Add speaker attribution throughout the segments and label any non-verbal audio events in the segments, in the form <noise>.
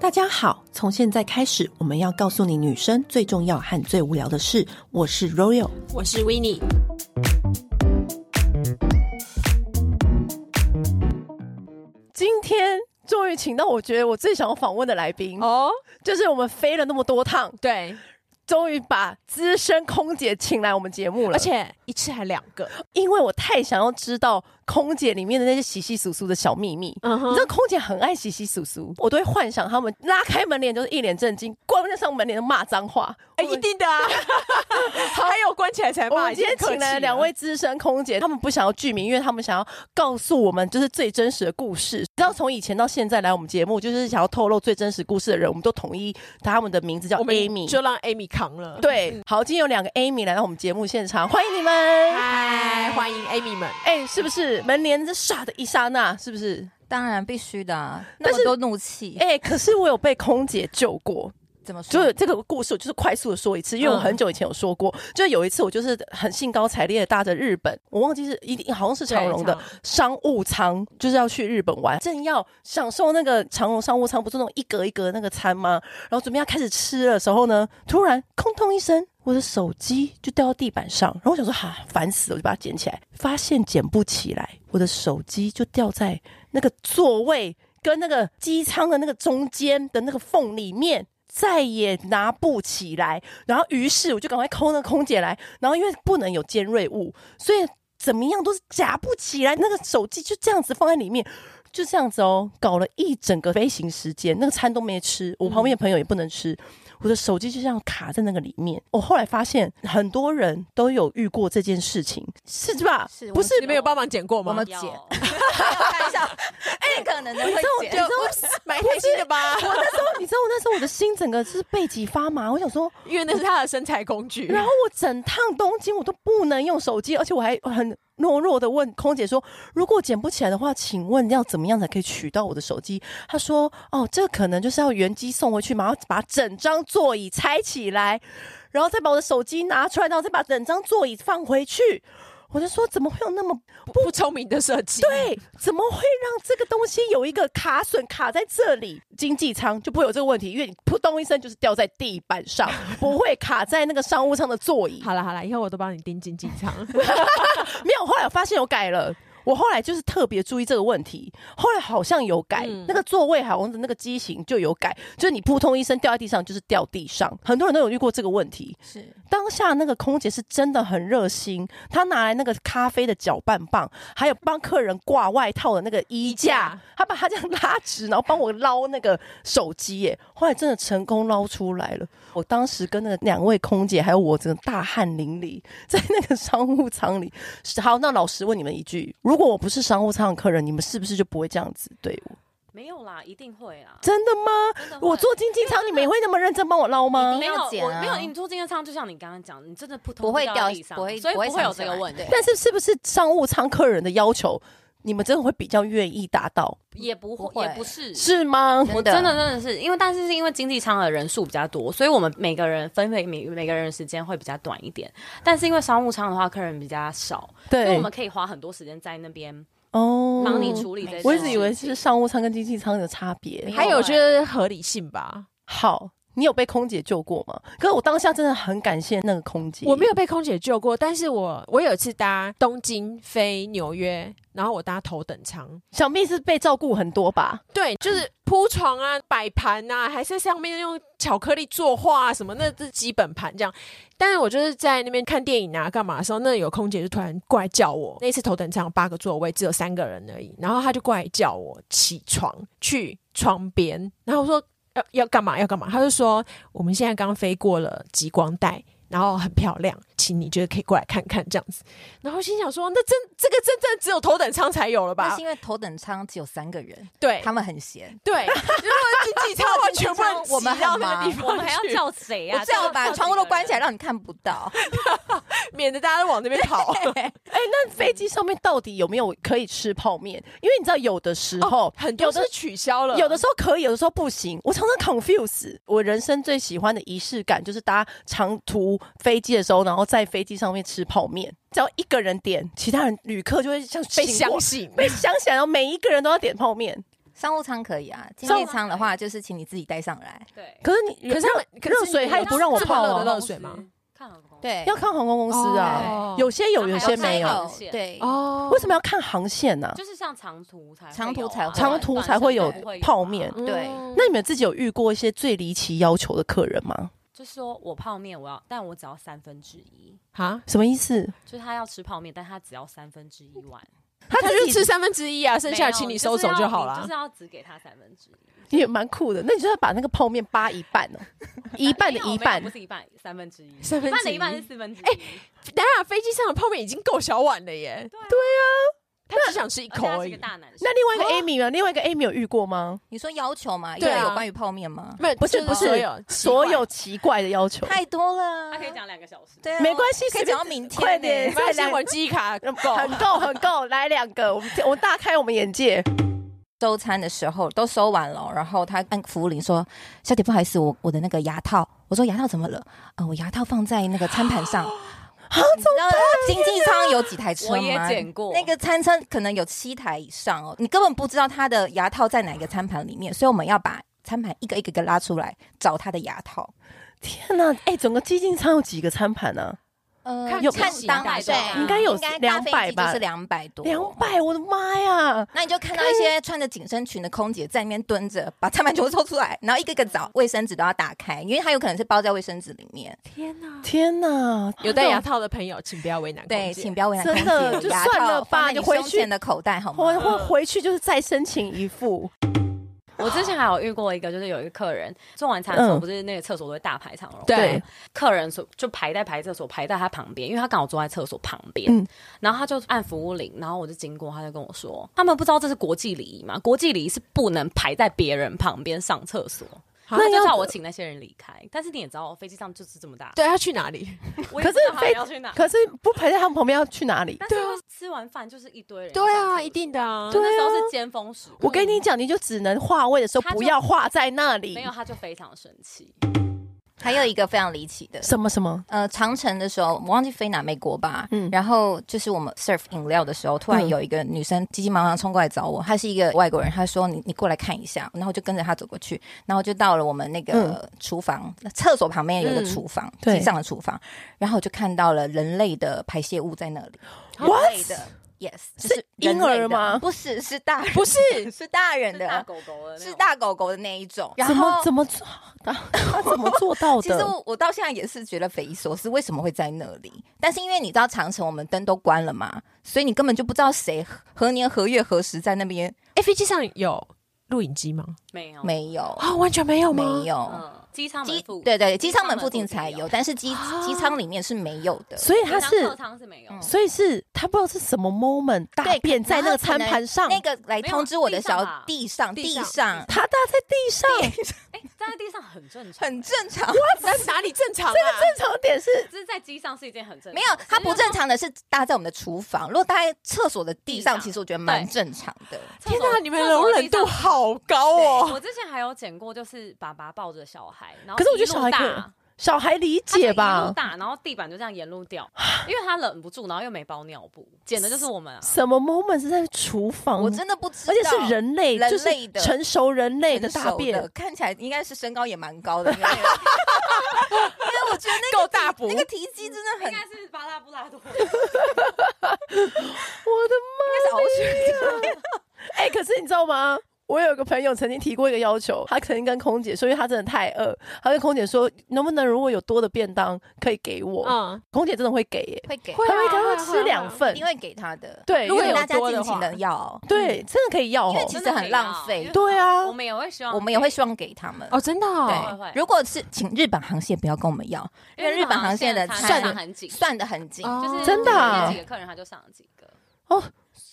Speaker 1: 大家好，从现在开始，我们要告诉你女生最重要和最无聊的事。我是 Royal，
Speaker 2: 我是 w i n n i e
Speaker 1: 今天终于请到我觉得我最想要访问的来宾，
Speaker 2: 哦，
Speaker 1: 就是我们飞了那么多趟，
Speaker 2: 对，
Speaker 1: 终于把资深空姐请来我们节目了。
Speaker 2: 而且一次还两个，
Speaker 1: 因为我太想要知道空姐里面的那些洗洗簌簌的小秘密。
Speaker 2: 嗯
Speaker 1: 你知道空姐很爱洗洗簌簌，我都会幻想他们拉开门帘就是一脸震惊，关不上门帘就骂脏话。
Speaker 2: 哎，一定的 <laughs> 啊，还有关起来才
Speaker 1: 我
Speaker 2: 骂，
Speaker 1: 哦们今
Speaker 2: 已
Speaker 1: 天
Speaker 2: 经客
Speaker 1: 请来
Speaker 2: 气
Speaker 1: 两位资深空姐，她们不想要剧名，因为她们想要告诉我们就是最真实的故事。你知道从以前到现在来我们节目，就是想要透露最真实故事的人，我们都统一他们的名字叫
Speaker 2: 我们
Speaker 1: Amy。
Speaker 2: 就让嗯 Amy 扛了。，
Speaker 1: 对，好，今天有两个 Amy 来到我们节目现场，欢迎你们！
Speaker 2: 嗨，欢迎 Amy 们。
Speaker 1: 哎、是不是门帘子唰的一刹那，是不是？
Speaker 3: 当然必须的、啊，
Speaker 1: 但
Speaker 3: 那
Speaker 1: 是
Speaker 3: 么多怒气，
Speaker 1: 哎、可是我有被空姐救过，
Speaker 3: 怎么
Speaker 1: 就
Speaker 3: 说
Speaker 1: 是？这个故事，我就是快速的说一次，因为
Speaker 3: 嗯
Speaker 1: 我很久以前有说过，就是有一次我就是很兴高采烈的搭着日本，我忘记是一定好像是长荣的
Speaker 2: 对长
Speaker 1: 商务舱，就是要去日本玩，正要享受那个长荣商务舱不是那种一格一格的那个餐吗？然后准备要开始吃的时候呢，突然空通一声。我的手机就掉到地板上，然后我想说哈，烦死了，我就把它捡起来，发现捡不起来，我的手机就掉在那个座位跟那个机舱的那个中间的那个缝里面，再也拿不起来。然后于是我就赶快抠那个空姐来，然后因为不能有尖锐物，所以怎么样都是夹不起来，那个手机就这样子放在里面。就这样子哦，搞了一整个飞行时间，那个餐都没吃，我旁边的朋友也不能吃，我的手机就这样卡在那个里面。我后来发现，很多人都有遇过这件事情，是吧？
Speaker 3: 是
Speaker 1: 不是
Speaker 2: 你们有帮忙捡过吗？
Speaker 3: 我们
Speaker 4: 要
Speaker 3: 剪， <laughs> 看一下，哎，可能的会
Speaker 1: 你知道
Speaker 3: 剪，
Speaker 2: <laughs> 蛮开心的吧？
Speaker 1: 我那时候，你知道，我那时候我的心整个是背脊发麻，我想说，
Speaker 2: 因为那是他的身材工具。
Speaker 1: 然后我整趟东京我都不能用手机，而且我还很懦弱的问空姐说，如果捡不起来的话，请问要怎么样才可以取到我的手机？她说，哦，这可能就是要原机送回去嘛，然后把整张座椅拆起来，然后再把我的手机拿出来，然后再把整张座椅放回去。我就说，怎么会有那么
Speaker 2: 不不聪明的设计，
Speaker 1: 对，怎么会让这个东西有一个卡损卡在这里？经济舱就不会有这个问题，因为你扑通一声就是掉在地板上，不会卡在那个商务舱的座椅。
Speaker 2: 好了好了，以后我都帮你盯进机场。
Speaker 1: 没有，后来我发现我改了。我后来就是特别注意这个问题，后来好像有改，
Speaker 2: 嗯
Speaker 1: 那个座位好像的那个机型就有改，就是你扑通一声掉在地上就是掉地上，很多人都有遇过这个问题。
Speaker 3: 是
Speaker 1: 当下那个空姐是真的很热心，她拿来那个咖啡的搅拌棒，还有帮客人挂外套的那个衣
Speaker 2: 衣
Speaker 1: 架
Speaker 2: 架，
Speaker 1: 她把它这样拉直，然后帮我捞那个手机耶。后来真的成功捞出来了。我当时跟那个两位空姐还有我，真的大汗淋漓，在那个商务舱里。好，那老师问你们一句：如果我不是商务舱的客人，你们是不是就不会这样子对我？
Speaker 4: 没有啦，一定会啊啦。
Speaker 1: 真的吗？
Speaker 4: 真的会
Speaker 1: 我坐经济舱，你们也会那么认真帮我捞吗
Speaker 3: 一定？
Speaker 4: 没有，
Speaker 3: 要剪
Speaker 4: 我
Speaker 3: 啊
Speaker 4: 没有。你坐这个舱，就像你刚刚讲，你真的扑通
Speaker 3: 不会
Speaker 4: 就
Speaker 3: 掉
Speaker 4: 地上
Speaker 3: 不会
Speaker 4: 所以
Speaker 3: 不会
Speaker 4: 不会有
Speaker 3: 上
Speaker 4: 这
Speaker 3: 起
Speaker 4: 个
Speaker 3: 来
Speaker 4: 问题
Speaker 3: 对，
Speaker 1: 但是是不是商务舱客人的要求，你们真的会比较愿意达到，
Speaker 4: <laughs> 也不
Speaker 3: 不
Speaker 4: 会，也
Speaker 3: 会
Speaker 4: 不是。
Speaker 1: 是吗？
Speaker 4: 我真的真的是因为，但是是因为经济舱的人数比较多，所以我们每个人分配每每个人的时间会比较短一点。但是因为商务舱的话，客人比较少，所以
Speaker 1: 对
Speaker 4: 我们可以花很多时间在那边
Speaker 1: 哦
Speaker 4: 帮你
Speaker 3: 嗯
Speaker 4: 处理这些事情。
Speaker 1: 我一直以为是商务舱跟经济舱的差别。
Speaker 2: <laughs> 还有就是合理性吧。
Speaker 1: 好，你有被空姐救过吗？可是我当下真的很感谢那个空姐，
Speaker 2: 我没有被空姐救过，但是我我有一次搭东京飞纽约，然后我搭头等舱，
Speaker 1: 想必是被照顾很多吧？
Speaker 2: 对，就是铺床啊、摆盘啊，还是上面用巧克力作画啊什么，那是基本盘这样。但是我就是在那边看电影啊、干嘛的时候，那有空姐就突然过来叫我。那次头等舱有八个座位，只有三个人而已，然后她就过来叫我起床去窗边，然后我说要要干嘛要干嘛，她就说我们现在刚飞过了极光带。然后很漂亮，请你觉得可以过来看看这样子。然后心想说，那真这个真正只有头等舱才有了
Speaker 3: 那
Speaker 2: 吧
Speaker 3: 是？因为头等舱只有三个人，
Speaker 1: 哎
Speaker 2: 对，
Speaker 3: 他们很闲，
Speaker 2: 对，如果经济舱的话，全部人
Speaker 3: 我们
Speaker 2: 挤到
Speaker 3: 很
Speaker 2: 那个地
Speaker 3: 忙
Speaker 2: 方去，
Speaker 4: <laughs> <laughs> 我们还要叫谁啊？
Speaker 3: 我最好把
Speaker 4: 叫
Speaker 3: 窗户都关起来，
Speaker 4: 叫
Speaker 3: 让你看不
Speaker 1: <laughs>
Speaker 3: 到。
Speaker 2: 免得大家都往那边跑。
Speaker 3: <laughs>
Speaker 1: 哎、那飞机上面到底有没有可以吃泡面？因为你知道，有的时候、
Speaker 2: 很
Speaker 1: 有
Speaker 2: 多
Speaker 1: 的
Speaker 2: 是取消了，
Speaker 1: 有的时候可以，有的时候不行。我常常 confuse。我人生最喜欢的仪式感就是搭长途飞机的时候，然后在飞机上面吃泡面。只要一个人点，其他人旅客就会像
Speaker 2: 被
Speaker 1: 醒过
Speaker 2: 相信。
Speaker 1: 被想起来，然后每一个人都要点泡面。
Speaker 3: 商务舱可以啊，经济舱的
Speaker 1: 哎
Speaker 3: 话就是请你自己带上来。
Speaker 4: 对，
Speaker 1: 可是你
Speaker 2: 可是他们可是
Speaker 1: 热水他也不让我
Speaker 2: 这么
Speaker 1: 泡
Speaker 2: 热的
Speaker 3: 哦
Speaker 1: 啊，
Speaker 2: 热水吗？
Speaker 4: 看好不好？，
Speaker 3: 对，
Speaker 1: 要看航空公司啊
Speaker 2: 哦，
Speaker 1: 有些有，
Speaker 4: 他们
Speaker 1: 有
Speaker 4: 还
Speaker 1: 些
Speaker 4: 要开
Speaker 1: 没有。
Speaker 4: 口
Speaker 3: 有对，
Speaker 2: 哦
Speaker 1: 为什么要看航线啊呢？
Speaker 4: 就是像长途才会有啊
Speaker 3: 长途才会
Speaker 1: 长途才会有
Speaker 4: 短程不会啊
Speaker 1: 泡面
Speaker 3: 对
Speaker 2: 嗯
Speaker 1: 那你们自己有遇过一些最离奇要求的客人吗？
Speaker 4: 就是说我泡面我要，但我只要三分之一，
Speaker 2: 啊，
Speaker 1: 什么意思？
Speaker 4: 就是他要吃泡面，但他只要三分之一碗，
Speaker 2: 他
Speaker 1: 自
Speaker 2: 只
Speaker 1: 己
Speaker 2: 是吃三分之一啊，剩下的请你收走
Speaker 4: 没有
Speaker 2: 就
Speaker 4: 就
Speaker 2: 好
Speaker 4: 是要
Speaker 2: 了
Speaker 4: 你就。是要只给他三分之一，
Speaker 1: 也蛮酷的。那你就要把那个泡面扒一半哦，一半的
Speaker 4: 没有
Speaker 1: 一
Speaker 4: 没
Speaker 1: 半
Speaker 4: 有不。是一半，三分之一，
Speaker 2: 三分
Speaker 4: 一半
Speaker 2: 之
Speaker 4: 的
Speaker 2: 一
Speaker 4: 一半是四分之一，
Speaker 2: 当然，飞机上的泡面已经够小碗了耶。对啊，他只想吃一
Speaker 4: 而
Speaker 2: 口
Speaker 4: 且他
Speaker 2: 而
Speaker 4: 是
Speaker 2: 已。
Speaker 4: 个大男生，
Speaker 1: 那另外一个 Amy 呢？另外一个 Amy 有遇过吗？
Speaker 3: 你说要求嘛，
Speaker 2: 对啊
Speaker 3: 要有关于泡面吗？
Speaker 2: 没有，
Speaker 1: 不是
Speaker 2: 就
Speaker 1: 不是
Speaker 2: 所有
Speaker 1: 所有奇怪的要求，
Speaker 3: 太多了，
Speaker 4: 他可以讲两个小时，
Speaker 3: 对啊，
Speaker 1: 没关系
Speaker 3: 可
Speaker 1: 随
Speaker 3: 以
Speaker 1: 便
Speaker 3: 讲到明天呢。
Speaker 1: 快点
Speaker 2: 发现我记忆卡够。
Speaker 1: 嗯很够很够，来两个，我们我们大开我们眼界。
Speaker 3: 收餐的时候都收完了，然后他按服务铃说：“小姐，不好意思，我我的那个牙套。”我说：“牙套怎么了？”啊，我牙套放在那个餐盘上。啊，你知道经济舱有几台车吗？
Speaker 4: 我也捡过
Speaker 3: 那个餐车可能有七台以上哦，你根本不知道他的牙套在哪一个餐盘里面，所以我们要把餐盘一个一个一个拉出来找他的牙套。
Speaker 1: 天哪，哎，整个基金舱有几个餐盘啊呢？
Speaker 3: 呃
Speaker 2: 看
Speaker 3: 看
Speaker 2: 几
Speaker 3: 当
Speaker 2: 台
Speaker 3: 对
Speaker 2: 吧，
Speaker 1: 应该有
Speaker 3: 应该
Speaker 1: 200
Speaker 3: 搭飞机
Speaker 1: 吧
Speaker 3: 就是两百多，
Speaker 1: 两。百，我的妈呀！
Speaker 3: 那你就看到一些穿着紧身裙的空姐在那边蹲着，把餐盘全部抽出来，然后一个一个找，卫生纸都要打开，因为它有可能是包在卫生纸里面。
Speaker 2: 天哪！
Speaker 1: 天哪，
Speaker 2: 有戴牙套的朋友，请不要为难空
Speaker 3: 对，
Speaker 2: 姐
Speaker 3: 请不要为难空姐，
Speaker 1: 真的就
Speaker 3: 牙
Speaker 1: 算了
Speaker 3: 套放
Speaker 1: 吧
Speaker 3: 在
Speaker 1: 你
Speaker 3: 你
Speaker 1: 回
Speaker 3: 胸
Speaker 1: 去
Speaker 3: 前的口袋好吗？
Speaker 1: 我我回去就是再申请一副，
Speaker 4: 我之前还有遇过一个，就是有一个客人做完餐的时候，
Speaker 1: 嗯
Speaker 4: 不是那个厕所都会大排长龙，
Speaker 1: 对，
Speaker 4: 客人所就排在排厕所，排在他旁边，因为他刚好坐在厕所旁边，
Speaker 1: 嗯
Speaker 4: 然后他就按服务铃，然后我就经过，他就跟我说，他们不知道这是国际礼仪嘛，国际礼仪是不能排在别人旁边上厕所。
Speaker 2: 啊
Speaker 4: 那
Speaker 1: 要
Speaker 4: 就叫我请那些人离开，但是你也知道，飞机上就是这么大。
Speaker 2: 对他去哪里？
Speaker 4: 我也
Speaker 1: 可
Speaker 4: 不知道
Speaker 1: 是
Speaker 4: 他
Speaker 1: 飞
Speaker 4: 们要去
Speaker 1: <laughs>
Speaker 4: 哪，
Speaker 1: 可是不排在他们旁边要去哪里？
Speaker 4: 但是就是吃完饭就是一堆人。
Speaker 2: 对啊，一定的啊。
Speaker 4: 对，那时候是尖峰时刻。
Speaker 1: 我跟你讲，你就只能划位的时候
Speaker 4: 他就
Speaker 1: 不要划在那里
Speaker 4: 没。有，他就非常生气。
Speaker 3: 还有一个非常离奇的，
Speaker 1: 什么什么？
Speaker 3: 呃，长城的时候，我忘记飞哪美国吧，
Speaker 1: 嗯
Speaker 3: 然后就是我们 serve 饮料的时候，突然
Speaker 1: 嗯
Speaker 3: 有一个女生急急忙忙冲过来找我，她是一个外国人，她说你你过来看一下，然后就跟着她走过去，然后就到了我们那个厨房、厕所旁边有一个厨房，
Speaker 1: 嗯对
Speaker 3: 机上的厨房，然后我就看到了人类的排泄物在那里
Speaker 1: What？
Speaker 3: 人类的 yes
Speaker 1: 是
Speaker 3: 就是人类的
Speaker 1: 婴儿吗
Speaker 3: 不是，是大人，
Speaker 2: 不是
Speaker 3: 是大人
Speaker 4: 是大
Speaker 3: 的，
Speaker 4: 狗狗的那种，
Speaker 3: 是大狗狗的那一种，然
Speaker 1: 怎么
Speaker 3: 后
Speaker 1: 怎么做到？他怎么做到
Speaker 3: 其实
Speaker 1: 的？
Speaker 3: 我我到现在也是觉得匪夷所思，为什么会在那里？但是因为你知道长城我们灯都关了嘛，所以你根本就不知道谁何何年何月何时在那边
Speaker 2: 哎，飞机上有录影机吗？
Speaker 4: 没有
Speaker 3: 没有
Speaker 2: 啊，完全没有吗？
Speaker 3: 没有
Speaker 4: 哦嗯，机舱
Speaker 3: 机
Speaker 4: 门附
Speaker 3: 哦对对
Speaker 4: 机
Speaker 3: 机
Speaker 4: 舱
Speaker 3: 舱
Speaker 4: 门
Speaker 3: 门
Speaker 4: 附
Speaker 3: 附近
Speaker 4: 近
Speaker 3: 才
Speaker 4: 有
Speaker 3: 有，但是机机舱里面是没有的。
Speaker 1: 所以他
Speaker 4: 机舱
Speaker 1: 是
Speaker 4: 客，舱是没有，
Speaker 3: 嗯
Speaker 1: 所以是他不知道是什么 moment 大
Speaker 3: 对
Speaker 1: 便在那个餐盘上，
Speaker 3: 那个来
Speaker 4: 没有
Speaker 3: 通知我的小
Speaker 4: 地
Speaker 3: 地上
Speaker 2: 地
Speaker 3: 地
Speaker 2: 上
Speaker 3: 上
Speaker 1: 他搭在地上。
Speaker 4: 哎，站在地上很正常，
Speaker 3: 很正常，
Speaker 2: 那哪里正常啊？
Speaker 1: 正常点是
Speaker 4: 只是在机上是一件很正常的
Speaker 3: 没
Speaker 4: 事，
Speaker 3: 有它不正
Speaker 4: 常。
Speaker 3: 常的是搭在我们的厨房，如果搭在厕所的地
Speaker 4: 地
Speaker 3: 上，
Speaker 4: 上
Speaker 3: 其实我觉得蛮
Speaker 4: 对
Speaker 3: 正常的。
Speaker 2: 天
Speaker 4: 厕
Speaker 2: 哪，
Speaker 4: 所
Speaker 2: 你们容忍度。好高
Speaker 4: 厕所
Speaker 2: 哦！
Speaker 4: 的地上我之前还有剪过，就是爸爸抱着小孩，然后
Speaker 1: 可是我觉得
Speaker 4: 一路
Speaker 1: 小孩可以
Speaker 4: 大
Speaker 1: 小孩理
Speaker 4: 他就
Speaker 1: 解
Speaker 4: 一路
Speaker 1: 吧？
Speaker 4: 大，然后地板就这样沿路掉，因为他忍不住，然后又没包尿布，剪的就是我们啊。
Speaker 1: 什么 moment 是在厨房？
Speaker 3: 我真的不知
Speaker 1: 嗯
Speaker 3: 道，
Speaker 1: 而且是人类，
Speaker 3: 人
Speaker 1: 就是
Speaker 3: 类的
Speaker 1: 成熟人类的
Speaker 3: 很
Speaker 1: 大
Speaker 3: 熟的
Speaker 1: 便，
Speaker 3: 看起来应该是身高也蛮高的，因为因为 <laughs> 我觉得
Speaker 2: <laughs>
Speaker 3: 那
Speaker 2: 够
Speaker 3: 个
Speaker 2: 大补
Speaker 3: 那，个体积真的
Speaker 4: <laughs>
Speaker 3: 很
Speaker 4: 应该是巴拉布拉多，
Speaker 1: 我
Speaker 3: 少
Speaker 2: <laughs>
Speaker 3: 去。
Speaker 1: 的妈！哎，可是你知道吗？我有个朋友曾经提过一个要求，他曾经跟空姐说，因为他真的太饿，他跟空姐说，能不能如果有多的便当可以给我？
Speaker 2: 嗯，
Speaker 1: 空姐真的会给耶，
Speaker 3: 会给，
Speaker 2: 会啊
Speaker 1: 他会给他吃两份
Speaker 3: 一定，会给他的。
Speaker 1: 对
Speaker 3: 如果
Speaker 1: 因为
Speaker 3: 大家
Speaker 2: 有多的
Speaker 3: 尽情的要，
Speaker 1: 对，真的可以要
Speaker 3: 因为
Speaker 1: 哦
Speaker 3: 其。
Speaker 4: 真
Speaker 3: 实嗯
Speaker 4: 的可
Speaker 3: 很
Speaker 4: 以
Speaker 3: 浪
Speaker 4: 啊
Speaker 3: 费
Speaker 4: 因为。
Speaker 1: 对啊
Speaker 4: <laughs> 我，们也会希望，
Speaker 3: 我们也会希望给他们。
Speaker 2: 哦，真的哦，
Speaker 4: 会会
Speaker 3: 对，如果是请日本航线不要跟我们要，因为日本航线的
Speaker 4: 算
Speaker 3: 餐
Speaker 4: 很紧，
Speaker 3: 算的很紧，
Speaker 2: 哦
Speaker 4: 就是
Speaker 1: 真的啊
Speaker 4: 有几个客人他就上了几个，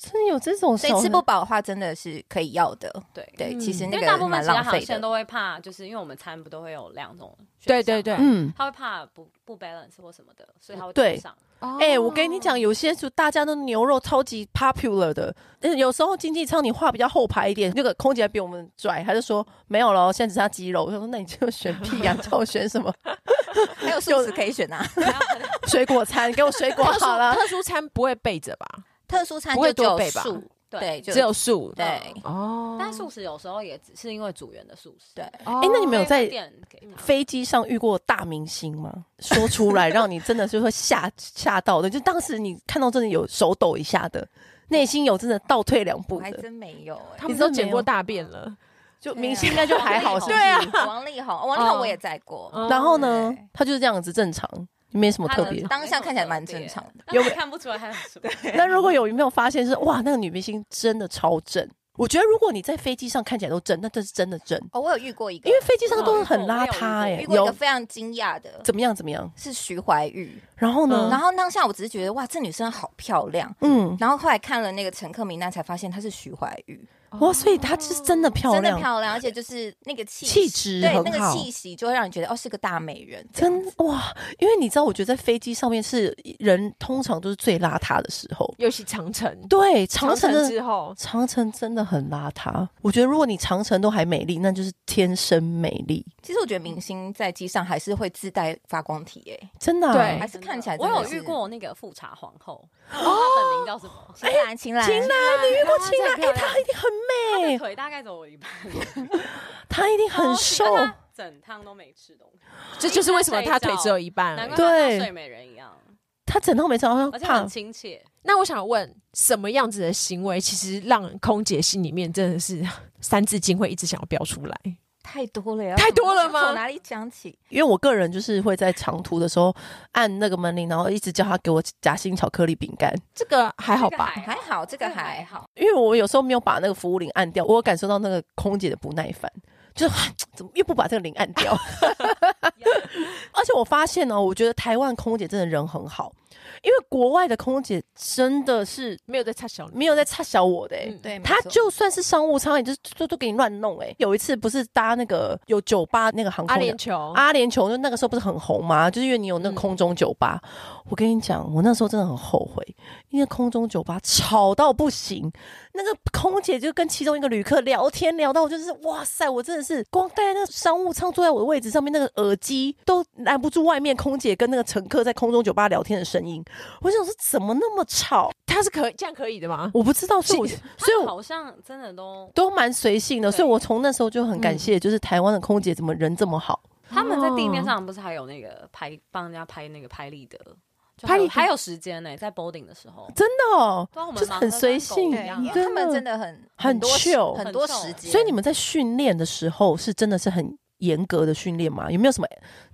Speaker 1: 真的有这种
Speaker 3: 所
Speaker 1: 小，
Speaker 3: 以吃不饱的话真的是可以要的。
Speaker 4: 对。
Speaker 3: 对，
Speaker 2: 嗯
Speaker 3: 其实
Speaker 4: 因
Speaker 3: 那
Speaker 4: 为
Speaker 3: 个
Speaker 4: 大部分
Speaker 3: 蛮
Speaker 4: 其他
Speaker 3: 浪
Speaker 4: 航
Speaker 3: 费
Speaker 4: 线
Speaker 3: 的。
Speaker 4: 都会怕，就是因为我们餐不都会有两种选
Speaker 2: 对
Speaker 4: 项
Speaker 2: 对对
Speaker 4: 嘛，
Speaker 1: 嗯。
Speaker 4: 他会怕不不 balance 或什么的，所以他会
Speaker 1: 对
Speaker 4: 对上。
Speaker 2: 哦
Speaker 3: 嗯
Speaker 1: 哎、我跟你讲，有些就大家都牛肉超级 popular 的，但是有时候经济舱你画比较后排一点，那个空姐还比我们拽，他就说没有了，现在只剩下鸡肉。我说那你就选屁呀、叫我选什
Speaker 3: <laughs>
Speaker 1: 么
Speaker 3: 还有素食可以选啊，
Speaker 1: 水果餐？给我水果
Speaker 2: 特殊
Speaker 1: 好了。
Speaker 2: 特殊餐不会备着吧？
Speaker 3: 特殊餐
Speaker 2: 不会
Speaker 3: 就只有
Speaker 2: 多备吧
Speaker 3: 素，
Speaker 4: 对，
Speaker 3: 就
Speaker 2: 只有素
Speaker 3: 对
Speaker 2: 哦，
Speaker 4: 但素食有时候也只是因为组员的素食。
Speaker 3: 对，
Speaker 2: 哦
Speaker 1: 诶那你们有
Speaker 4: 所以
Speaker 1: 在
Speaker 4: 会点给他
Speaker 1: 飞机上遇过大明星吗？说出来让你真的就会吓吓到的，就当时你看到真的有手抖一下的，内心有真的倒退两步
Speaker 3: 我还
Speaker 1: 的，
Speaker 3: 真没有哎、
Speaker 2: 他们都剪
Speaker 1: 你真的没有
Speaker 2: 过大便了，
Speaker 1: 就
Speaker 3: 对啊
Speaker 1: 明星应该就还好，是不是？
Speaker 2: 对啊
Speaker 3: 王力宏，王力宏我也在过，
Speaker 2: 嗯
Speaker 1: 然后呢
Speaker 3: 对，
Speaker 1: 他就是这样子正常，没什么特别
Speaker 4: 他。
Speaker 3: 当下看起来蛮正常的。
Speaker 1: 有
Speaker 4: 有看不出来他有什么？
Speaker 1: 那如果有没有发现是哇，那个女明星真的超正？我觉得如果你在飞机上看起来都正，那这是真的正，
Speaker 3: 哦，我有遇过一个，
Speaker 1: 因为飞机上都是很
Speaker 4: 我没有
Speaker 1: 邋
Speaker 4: 遇过
Speaker 1: 遢哎、
Speaker 3: 遇过一个
Speaker 1: 有
Speaker 3: 非常惊讶的，
Speaker 1: 怎么嗯样怎么样？
Speaker 3: 是徐怀钰。
Speaker 1: 然后呢？
Speaker 3: 然后当下我只是觉得哇，这女生好漂亮。
Speaker 1: 嗯，
Speaker 3: 然后后来看了那个乘客名单，才发现她是徐怀钰，
Speaker 1: 哇，所以她是真的漂
Speaker 3: 真的
Speaker 1: 亮，
Speaker 3: 漂亮，而且就是那个气
Speaker 1: 气质
Speaker 3: 对那
Speaker 1: 很
Speaker 3: 个
Speaker 1: 好。
Speaker 3: 气息就会让你觉得哦，是个大美人。
Speaker 1: 真哇，因为你知道，我觉得在飞机上面是人通常都是最邋遢的时候。
Speaker 2: 尤其长城，
Speaker 1: 对，长城
Speaker 2: 城
Speaker 1: 的
Speaker 2: 之后，
Speaker 1: 长城真的很邋遢。我觉得如果你长城都还美丽，那就是天生美丽，
Speaker 3: 其实我觉得明星在机上还是会自带发光体诶、
Speaker 1: 真的、啊。
Speaker 2: 对
Speaker 3: 还是看起来
Speaker 4: 我
Speaker 3: 真的
Speaker 4: 有
Speaker 3: 是
Speaker 4: 遇过那个富察皇后，她本名叫什么？
Speaker 3: 秦岚，秦岚，
Speaker 1: 秦岚，哎你遇过
Speaker 4: 她
Speaker 1: 秦岚？
Speaker 4: 真的
Speaker 1: 哎、
Speaker 4: 很漂亮
Speaker 1: 她一定很美，
Speaker 4: 腿大概走我一半，
Speaker 1: 她一定
Speaker 4: 哦
Speaker 1: 很瘦。
Speaker 4: 但她整趟都没吃东西，
Speaker 2: 这就是为什么他腿只有一
Speaker 4: 难
Speaker 2: 半
Speaker 4: 怪。
Speaker 1: 对
Speaker 4: 她像睡美人一样，
Speaker 1: 她整套没长，她
Speaker 4: 而且
Speaker 1: 胖
Speaker 4: 很。亲切。
Speaker 2: 那我想问，什么样子的行为其实让空姐心里面真的是三字经会一直想要飙出来？
Speaker 3: 太多了呀，
Speaker 2: 太多了吗
Speaker 3: 从哪里讲起？
Speaker 1: 因为我个人就是会在长途的时候按那个门铃，然后一直叫她给我夹心巧克力饼干。
Speaker 2: 这个还好
Speaker 4: 哎
Speaker 2: 吧？
Speaker 3: 还好，这个还好，
Speaker 1: 因为我有时候没有把那个服务铃按掉，我有感受到那个空姐的不耐烦，就是 <laughs> 怎么又不把这个铃按掉？ <laughs> 而且我发现哦呢、我觉得台湾空姐真的人很好，因为国外的空姐真的是
Speaker 2: 没有在插小你，
Speaker 1: 没有在差小我的、欸。
Speaker 2: 嗯
Speaker 3: 对，没
Speaker 1: 他
Speaker 3: 错
Speaker 1: 就算是商务舱，也就是都都给你乱弄哎、有一次不是搭那个有酒吧那个航
Speaker 2: 阿
Speaker 1: 空的
Speaker 2: 联酋，嗯
Speaker 1: 阿联酋，就那个时候不是很红吗？就是因为你有那个空中酒吧。我跟你讲，我那时候真的很后悔，因为空中酒吧吵到不行，那个空姐就跟其中一个旅客聊天，聊到我就是哇塞，我真的是光待在那商务舱坐在我的位置上面，那个耳机都拦不住外面空姐跟那个乘客在空中酒吧聊天的声音。我想说，怎么那么吵？
Speaker 2: 他是可以这样可以的吗？
Speaker 1: 我不知道，所以我
Speaker 2: 是
Speaker 1: 所以
Speaker 4: 她们
Speaker 1: 我
Speaker 4: 好像真的都，
Speaker 1: 都蛮随性的，
Speaker 4: 对
Speaker 1: 所以我从那时候就很感谢，就是台湾的空姐怎么人这么好。
Speaker 4: 他们在地面上不是还有那个拍帮人家拍那个拍立得，就
Speaker 1: 拍
Speaker 4: 还
Speaker 1: 立
Speaker 4: 有
Speaker 1: 得
Speaker 4: 还有时间呢，在 boarding 的时候，
Speaker 1: 真的哦，
Speaker 4: 对啊我们
Speaker 1: 就是
Speaker 4: 忙
Speaker 1: 很
Speaker 4: 得
Speaker 1: 随
Speaker 4: 跟狗一
Speaker 1: 性，
Speaker 3: 对，
Speaker 4: 样啊
Speaker 3: 因
Speaker 1: 真
Speaker 3: 为他们
Speaker 1: 的
Speaker 3: 真的很
Speaker 1: 很
Speaker 3: 多时
Speaker 1: chill
Speaker 3: 很多时间，
Speaker 1: 所以你们在训练的时候是真的是很严格的训练吗？有没有什么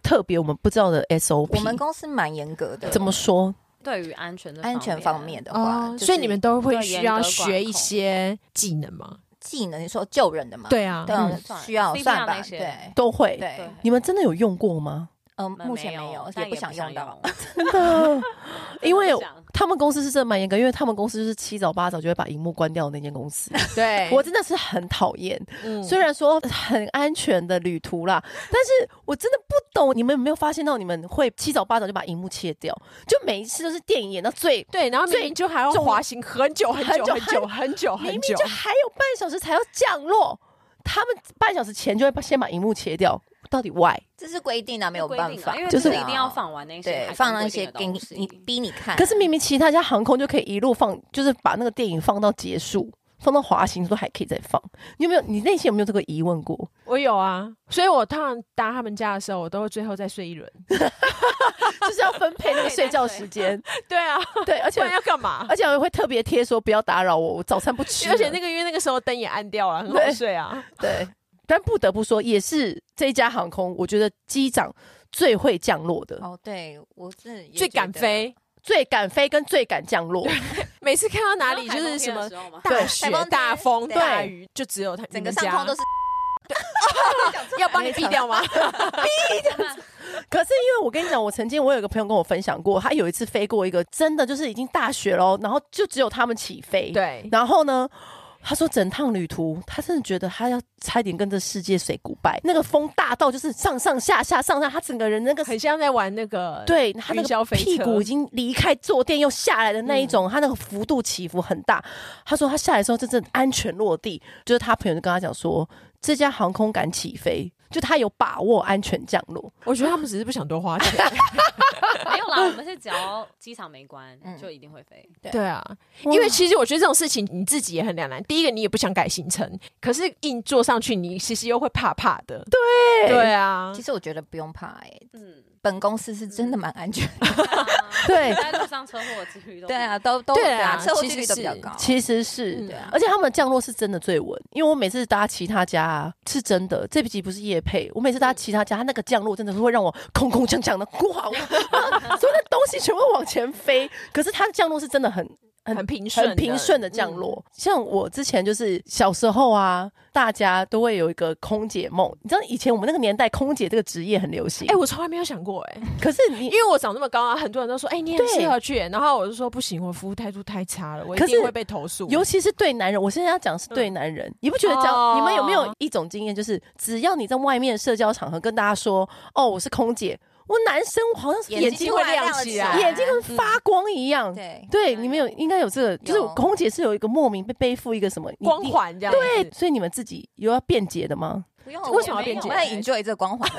Speaker 1: 特别我们不知道的 SOP？
Speaker 3: 我们公司蛮严格的，
Speaker 1: 怎么说？
Speaker 4: 对于安全的
Speaker 3: 安全方面的话，
Speaker 2: 哦，
Speaker 3: 就是
Speaker 2: 所以你们都会
Speaker 4: 对
Speaker 2: 需
Speaker 4: 严
Speaker 2: 要
Speaker 4: 格
Speaker 2: 学
Speaker 4: 管
Speaker 2: 一
Speaker 4: 控
Speaker 2: 些技能吗？
Speaker 3: 技能，你说救人的嘛？
Speaker 2: 对啊
Speaker 3: 对啊，
Speaker 4: 嗯
Speaker 3: 需要
Speaker 4: CPR
Speaker 3: 算吧
Speaker 4: 那？些
Speaker 3: 对
Speaker 1: 都会。
Speaker 3: 对
Speaker 4: 对，
Speaker 1: 你们真的有用过吗？
Speaker 3: 嗯，
Speaker 4: 我们
Speaker 3: 目前没
Speaker 4: 有
Speaker 3: 有，，
Speaker 4: 但
Speaker 3: 不
Speaker 4: 也
Speaker 3: 想用到。
Speaker 1: 真的，因为
Speaker 4: 真的 <laughs> 不想
Speaker 1: 他们公司是真的蛮严格，因为他们公司就是七早八早就会把荧幕关掉的那间公司，
Speaker 3: <laughs>
Speaker 2: 对
Speaker 1: 我真的是很讨厌。
Speaker 2: 嗯
Speaker 1: 虽然说很安全的旅途 <laughs> 啦，但是我真的不懂你们有没有发现到，你们会七早八早就把荧幕切掉，就每一次都是电影演到最
Speaker 2: 对，然后明
Speaker 1: 最
Speaker 2: 明就还要
Speaker 1: 重
Speaker 2: 滑行很久很久
Speaker 1: 很久
Speaker 2: 很久很久
Speaker 1: 明
Speaker 2: 很
Speaker 1: 明
Speaker 2: 久
Speaker 1: 就，还有半小时才要降落，他们半小时前就会把先把荧幕切掉，到底 <laughs> why？
Speaker 3: 这是规定啊，没有
Speaker 4: 规定啊
Speaker 3: 办法，
Speaker 4: 因为
Speaker 1: 就是
Speaker 4: 一定要放完那些
Speaker 3: 对
Speaker 4: 海关
Speaker 3: 放那
Speaker 4: 规定
Speaker 3: 些
Speaker 4: 的
Speaker 3: 给你
Speaker 4: 东西
Speaker 3: 你逼你看。
Speaker 1: 可是明明其他家航空就可以一路放，就是把那个电影放到结束，放到滑行都还可以再放。你有没有？你内心有没有这个疑问过？
Speaker 2: 我有啊，所以我通常搭他们家的时候，我都会最后再睡一轮。
Speaker 1: <laughs> 就是要分配那个睡觉时间，
Speaker 2: <laughs> 对啊，
Speaker 1: <laughs> 对，而
Speaker 2: 不
Speaker 1: 且
Speaker 2: 然要干嘛？
Speaker 1: 而且我会特别贴说不要打扰我，我早餐不吃了。
Speaker 2: 而且那个因为那个时候灯也暗掉了，很好
Speaker 1: 对
Speaker 2: 睡啊。
Speaker 1: 对，但不得不说，也是这家航空，我觉得机长最会降落的，
Speaker 3: 哦，对我是也
Speaker 2: 最敢
Speaker 3: 觉得，
Speaker 2: 飞，
Speaker 1: 最敢飞跟最敢降落。
Speaker 2: 每次看到哪里
Speaker 4: 然
Speaker 2: 就
Speaker 4: 后
Speaker 2: 是什
Speaker 4: 台
Speaker 2: 么
Speaker 4: 风天的时候嘛
Speaker 2: 大
Speaker 1: 对
Speaker 2: 雪
Speaker 3: 台风、天
Speaker 2: 大风、
Speaker 3: 对
Speaker 2: 大雨，就只有他
Speaker 3: 整个上空都是
Speaker 2: 是 <laughs> 要帮你避掉吗？
Speaker 1: <laughs> 可是因为我跟你讲，我曾经我有一个朋友跟我分享过，他有一次飞过一个真的就是已经大雪喽，然后就只有他们起飞。，
Speaker 2: 对，
Speaker 1: 然后呢？他说，整趟旅途，他真的觉得他要差一点跟这世界 say goodbye。那个风大到就是上上下下上上，他整个人那个
Speaker 2: 很像在玩那个
Speaker 1: 对他那
Speaker 2: 呃云霄
Speaker 1: 个
Speaker 2: 飞车嗯
Speaker 1: 屁股已经离开坐垫又下来的那一种，他那个幅度起伏很大。他说他下来的时候真正安全落地，就是他朋友就跟他讲说，这家航空敢起飞，就他有把握安全降落。
Speaker 2: 我觉得他们只是不想多花钱，
Speaker 4: 没有啦，我们是
Speaker 3: <laughs>
Speaker 4: 只要机场没关
Speaker 3: 嗯，
Speaker 4: 就一定会飞。
Speaker 2: <laughs> 对啊，因 <laughs> 为其实我觉得这种事情你自己也很两难。第一个，你也不想改行程，可是硬坐上去，你其实又会怕怕的。对对啊
Speaker 3: 其，实我觉得不用怕哎、 <laughs>
Speaker 4: 嗯，
Speaker 3: 本公司是真的蛮安全的。
Speaker 1: 对
Speaker 4: 在路上车祸之余
Speaker 3: <laughs>
Speaker 4: 都
Speaker 3: 对啊，，都都
Speaker 2: 对啊
Speaker 3: 车祸
Speaker 2: 其
Speaker 3: 几
Speaker 2: 实
Speaker 3: 率都比较
Speaker 2: 是
Speaker 3: 高。
Speaker 1: 其实是、
Speaker 2: 嗯
Speaker 3: 对啊
Speaker 1: 而且他们降落是真的最稳，因为我每次搭其他家、啊、是真的，这集不是夜配，我每次
Speaker 2: 嗯
Speaker 1: 搭其他家，它那个降落真的是会让我空空锵锵的，哇，我 <laughs> 所有的东西全部往前飞，可是它的降落是真的很很
Speaker 2: 很平顺，嗯
Speaker 1: 很平顺的降落。像我之前就是小时候啊，大家都会有一个空姐梦。你知道以前我们那个年代，空姐这个职业很流行。
Speaker 2: 嗯。哎，我从来没有想过哎，
Speaker 1: 可是你
Speaker 2: 因为我长那么高啊，很多人都说，哎、你很
Speaker 1: 对
Speaker 2: 适合去耶。然后我就说不行，我服务态度太差了，我一
Speaker 1: 可
Speaker 2: 定
Speaker 1: 是
Speaker 2: 会被投诉。
Speaker 1: 尤其是对男人，我现在要讲是对男人，你不觉得这样？
Speaker 2: 嗯哦
Speaker 1: 你们有没有一种经验，就是只要你在外面社交场合跟大家说“哦，我是空姐”，我男生好像是
Speaker 3: 眼
Speaker 1: 眼
Speaker 3: 睛
Speaker 1: 睛
Speaker 3: 会
Speaker 1: 会
Speaker 3: 亮
Speaker 1: 亮
Speaker 3: 起
Speaker 1: 起
Speaker 3: 来
Speaker 1: 来，眼睛
Speaker 2: 嗯
Speaker 1: 跟发光一样。
Speaker 3: 对，
Speaker 1: 对，你们有应该有这个，就是
Speaker 3: 有
Speaker 1: 空姐是有一个莫名被背负一个什么你
Speaker 2: 光
Speaker 1: 你
Speaker 2: 环啊这样子，
Speaker 1: 对，所以你们自己有要辩解的吗？
Speaker 3: 不用
Speaker 2: 为什么要变
Speaker 3: 我
Speaker 2: 节
Speaker 3: 们很 enjoy 这个光环，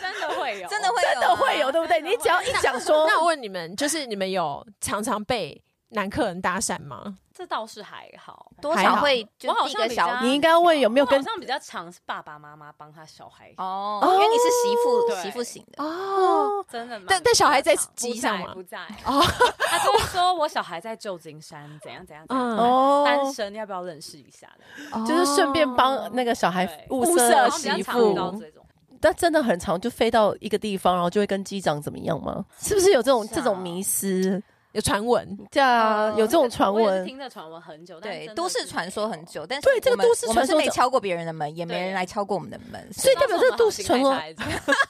Speaker 4: 真的会
Speaker 3: <laughs>
Speaker 4: 有，
Speaker 3: 真的会
Speaker 1: 真
Speaker 3: 有
Speaker 1: 的
Speaker 3: 啊
Speaker 1: 哦会有，对不对？
Speaker 4: 真的
Speaker 1: 你
Speaker 4: 会
Speaker 1: 只要一讲说，
Speaker 2: 那我问你们，就是你们有常常被男客人搭讪吗？
Speaker 4: 这倒是还好。
Speaker 3: 多
Speaker 2: 还
Speaker 3: 少
Speaker 2: 好
Speaker 3: 会就
Speaker 4: 我好
Speaker 3: 第一
Speaker 4: 像
Speaker 3: 个
Speaker 4: 比
Speaker 3: 小
Speaker 4: 较
Speaker 1: 你应该问有没有
Speaker 4: 我好
Speaker 1: 跟
Speaker 4: 像比较常是爸爸妈妈帮他小孩，
Speaker 3: 哦，
Speaker 1: 哦
Speaker 3: 因为你是媳妇
Speaker 4: 对
Speaker 3: 媳妇型的，
Speaker 2: 哦，
Speaker 4: 真的吗？
Speaker 2: 但但小孩在
Speaker 4: 不
Speaker 2: 机上
Speaker 4: 在
Speaker 2: 吗
Speaker 4: 不在
Speaker 2: 哦
Speaker 4: 哦，他就会说我小孩在旧金山，怎样怎样怎样。
Speaker 2: 嗯，
Speaker 1: 哦
Speaker 4: 单，身要不要认识一下的？
Speaker 2: 哦
Speaker 1: 就是顺便帮那个小孩
Speaker 4: 对
Speaker 1: 哦物
Speaker 2: 物
Speaker 1: 色
Speaker 2: 色
Speaker 4: 然
Speaker 2: 呃
Speaker 4: 后比较
Speaker 2: 媳
Speaker 4: 常遇
Speaker 2: 妇
Speaker 4: 到这种，
Speaker 1: 但真的很长，就飞到一个地方，然后就会跟机长怎么样吗？是不是有这种
Speaker 4: 是啊
Speaker 1: 这种迷思？
Speaker 2: 有传闻，
Speaker 1: 对啊，
Speaker 3: 嗯
Speaker 1: 有这种传
Speaker 4: 我也是
Speaker 1: 闻。
Speaker 4: 听着传闻很久，但
Speaker 3: 对
Speaker 4: 真，的
Speaker 3: 都市
Speaker 4: 是
Speaker 3: 传说很久，但是
Speaker 1: 对这个
Speaker 3: 我们
Speaker 1: 都市
Speaker 3: 我们
Speaker 1: 传说
Speaker 3: 是没
Speaker 1: 者
Speaker 3: 敲过别人的门，也没
Speaker 4: 对
Speaker 3: 人来敲过我们的门，
Speaker 1: 所以代表这个
Speaker 4: 都
Speaker 1: 都
Speaker 4: 市
Speaker 1: 市传说，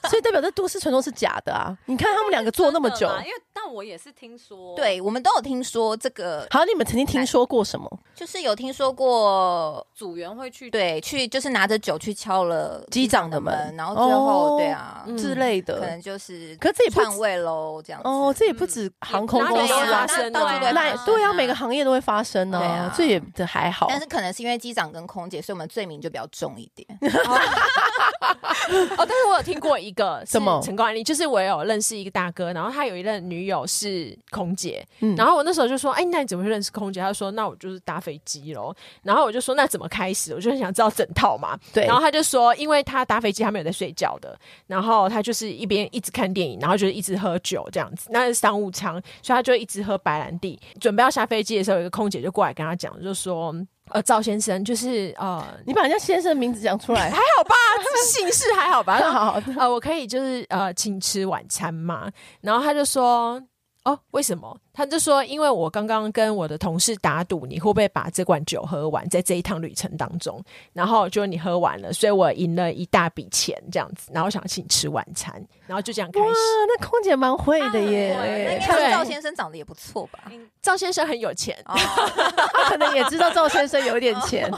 Speaker 1: 所以代表这都市传说是假的啊！你看他们两
Speaker 4: <laughs>
Speaker 1: 个坐那么 <laughs> 久，
Speaker 4: 因为但我也是听说，
Speaker 3: 对我们都有听说这个，
Speaker 1: 好，你们曾经听说过什么？
Speaker 3: 就是有听说过，
Speaker 4: 组员会去
Speaker 3: 对，去就是拿着酒去敲了
Speaker 1: 机长的
Speaker 3: 的
Speaker 1: 门
Speaker 3: 然后最后
Speaker 1: 哦
Speaker 3: 对啊，
Speaker 2: 嗯
Speaker 1: 之类
Speaker 3: 可
Speaker 1: 的？
Speaker 3: 能就是
Speaker 1: 可这也不
Speaker 3: 篡位喽这样子。啊
Speaker 1: 哦，这也不止航空公
Speaker 2: 哪
Speaker 1: 司
Speaker 2: 里有
Speaker 1: 发
Speaker 2: 发
Speaker 1: 生，
Speaker 2: 生
Speaker 3: 到处都
Speaker 4: 对
Speaker 3: 会
Speaker 4: 啊
Speaker 3: 发
Speaker 1: 那
Speaker 3: 生
Speaker 1: 对啊，每个行业都会发生
Speaker 3: 对
Speaker 1: 啊
Speaker 3: 啊，
Speaker 1: 这也这还好。
Speaker 3: 但是可能是因为机长跟空姐，所以我们罪名就比较重一点。
Speaker 2: 哦，但是我有听过
Speaker 1: <laughs>
Speaker 2: 一个
Speaker 1: 什么
Speaker 2: 是成功案例，就是我有认识一个大哥，然后他有一任女友是空姐，
Speaker 1: 嗯
Speaker 2: 然后我那时候就说，哎、那你怎么会认识空姐？他说，那我就是搭飞机喽。然后我就说，那怎么开始？我就很想知道整套嘛。
Speaker 1: 对
Speaker 2: 然后他就说，因为他搭飞机，他没有在睡觉的，然后他就是一边一直看电影，然后就是一直喝酒这样子，那是商务舱，所以他就一直喝白兰地。准备要下飞机的时候，有一个空姐就过来跟他讲，就说，呃，赵先生，就是
Speaker 1: <laughs>
Speaker 2: 呃。
Speaker 1: 你把人家先生的名字讲出来，
Speaker 2: <laughs> 还好吧，姓氏还好 <laughs> 吧，
Speaker 1: 好，啊 <laughs>
Speaker 2: 呃，我可以就是呃，请吃晚餐嘛。然后他就说，哦，为什么？他就说，因为我刚刚跟我的同事打赌，你会不会把这罐酒喝完，在这一趟旅程当中，然后就你喝完了，所以我赢了一大笔钱这样子，然后想请吃晚餐，然后就这样开
Speaker 1: 哇
Speaker 2: 始。，
Speaker 1: 那空姐蛮会的
Speaker 4: 她很
Speaker 1: 耶
Speaker 4: 会
Speaker 3: 那应，
Speaker 1: 她
Speaker 3: 该是
Speaker 2: 对
Speaker 3: 赵先生长得也不错吧？
Speaker 2: 赵先生很有钱，
Speaker 3: 哦，
Speaker 1: 他可能也知道赵先生有一点钱，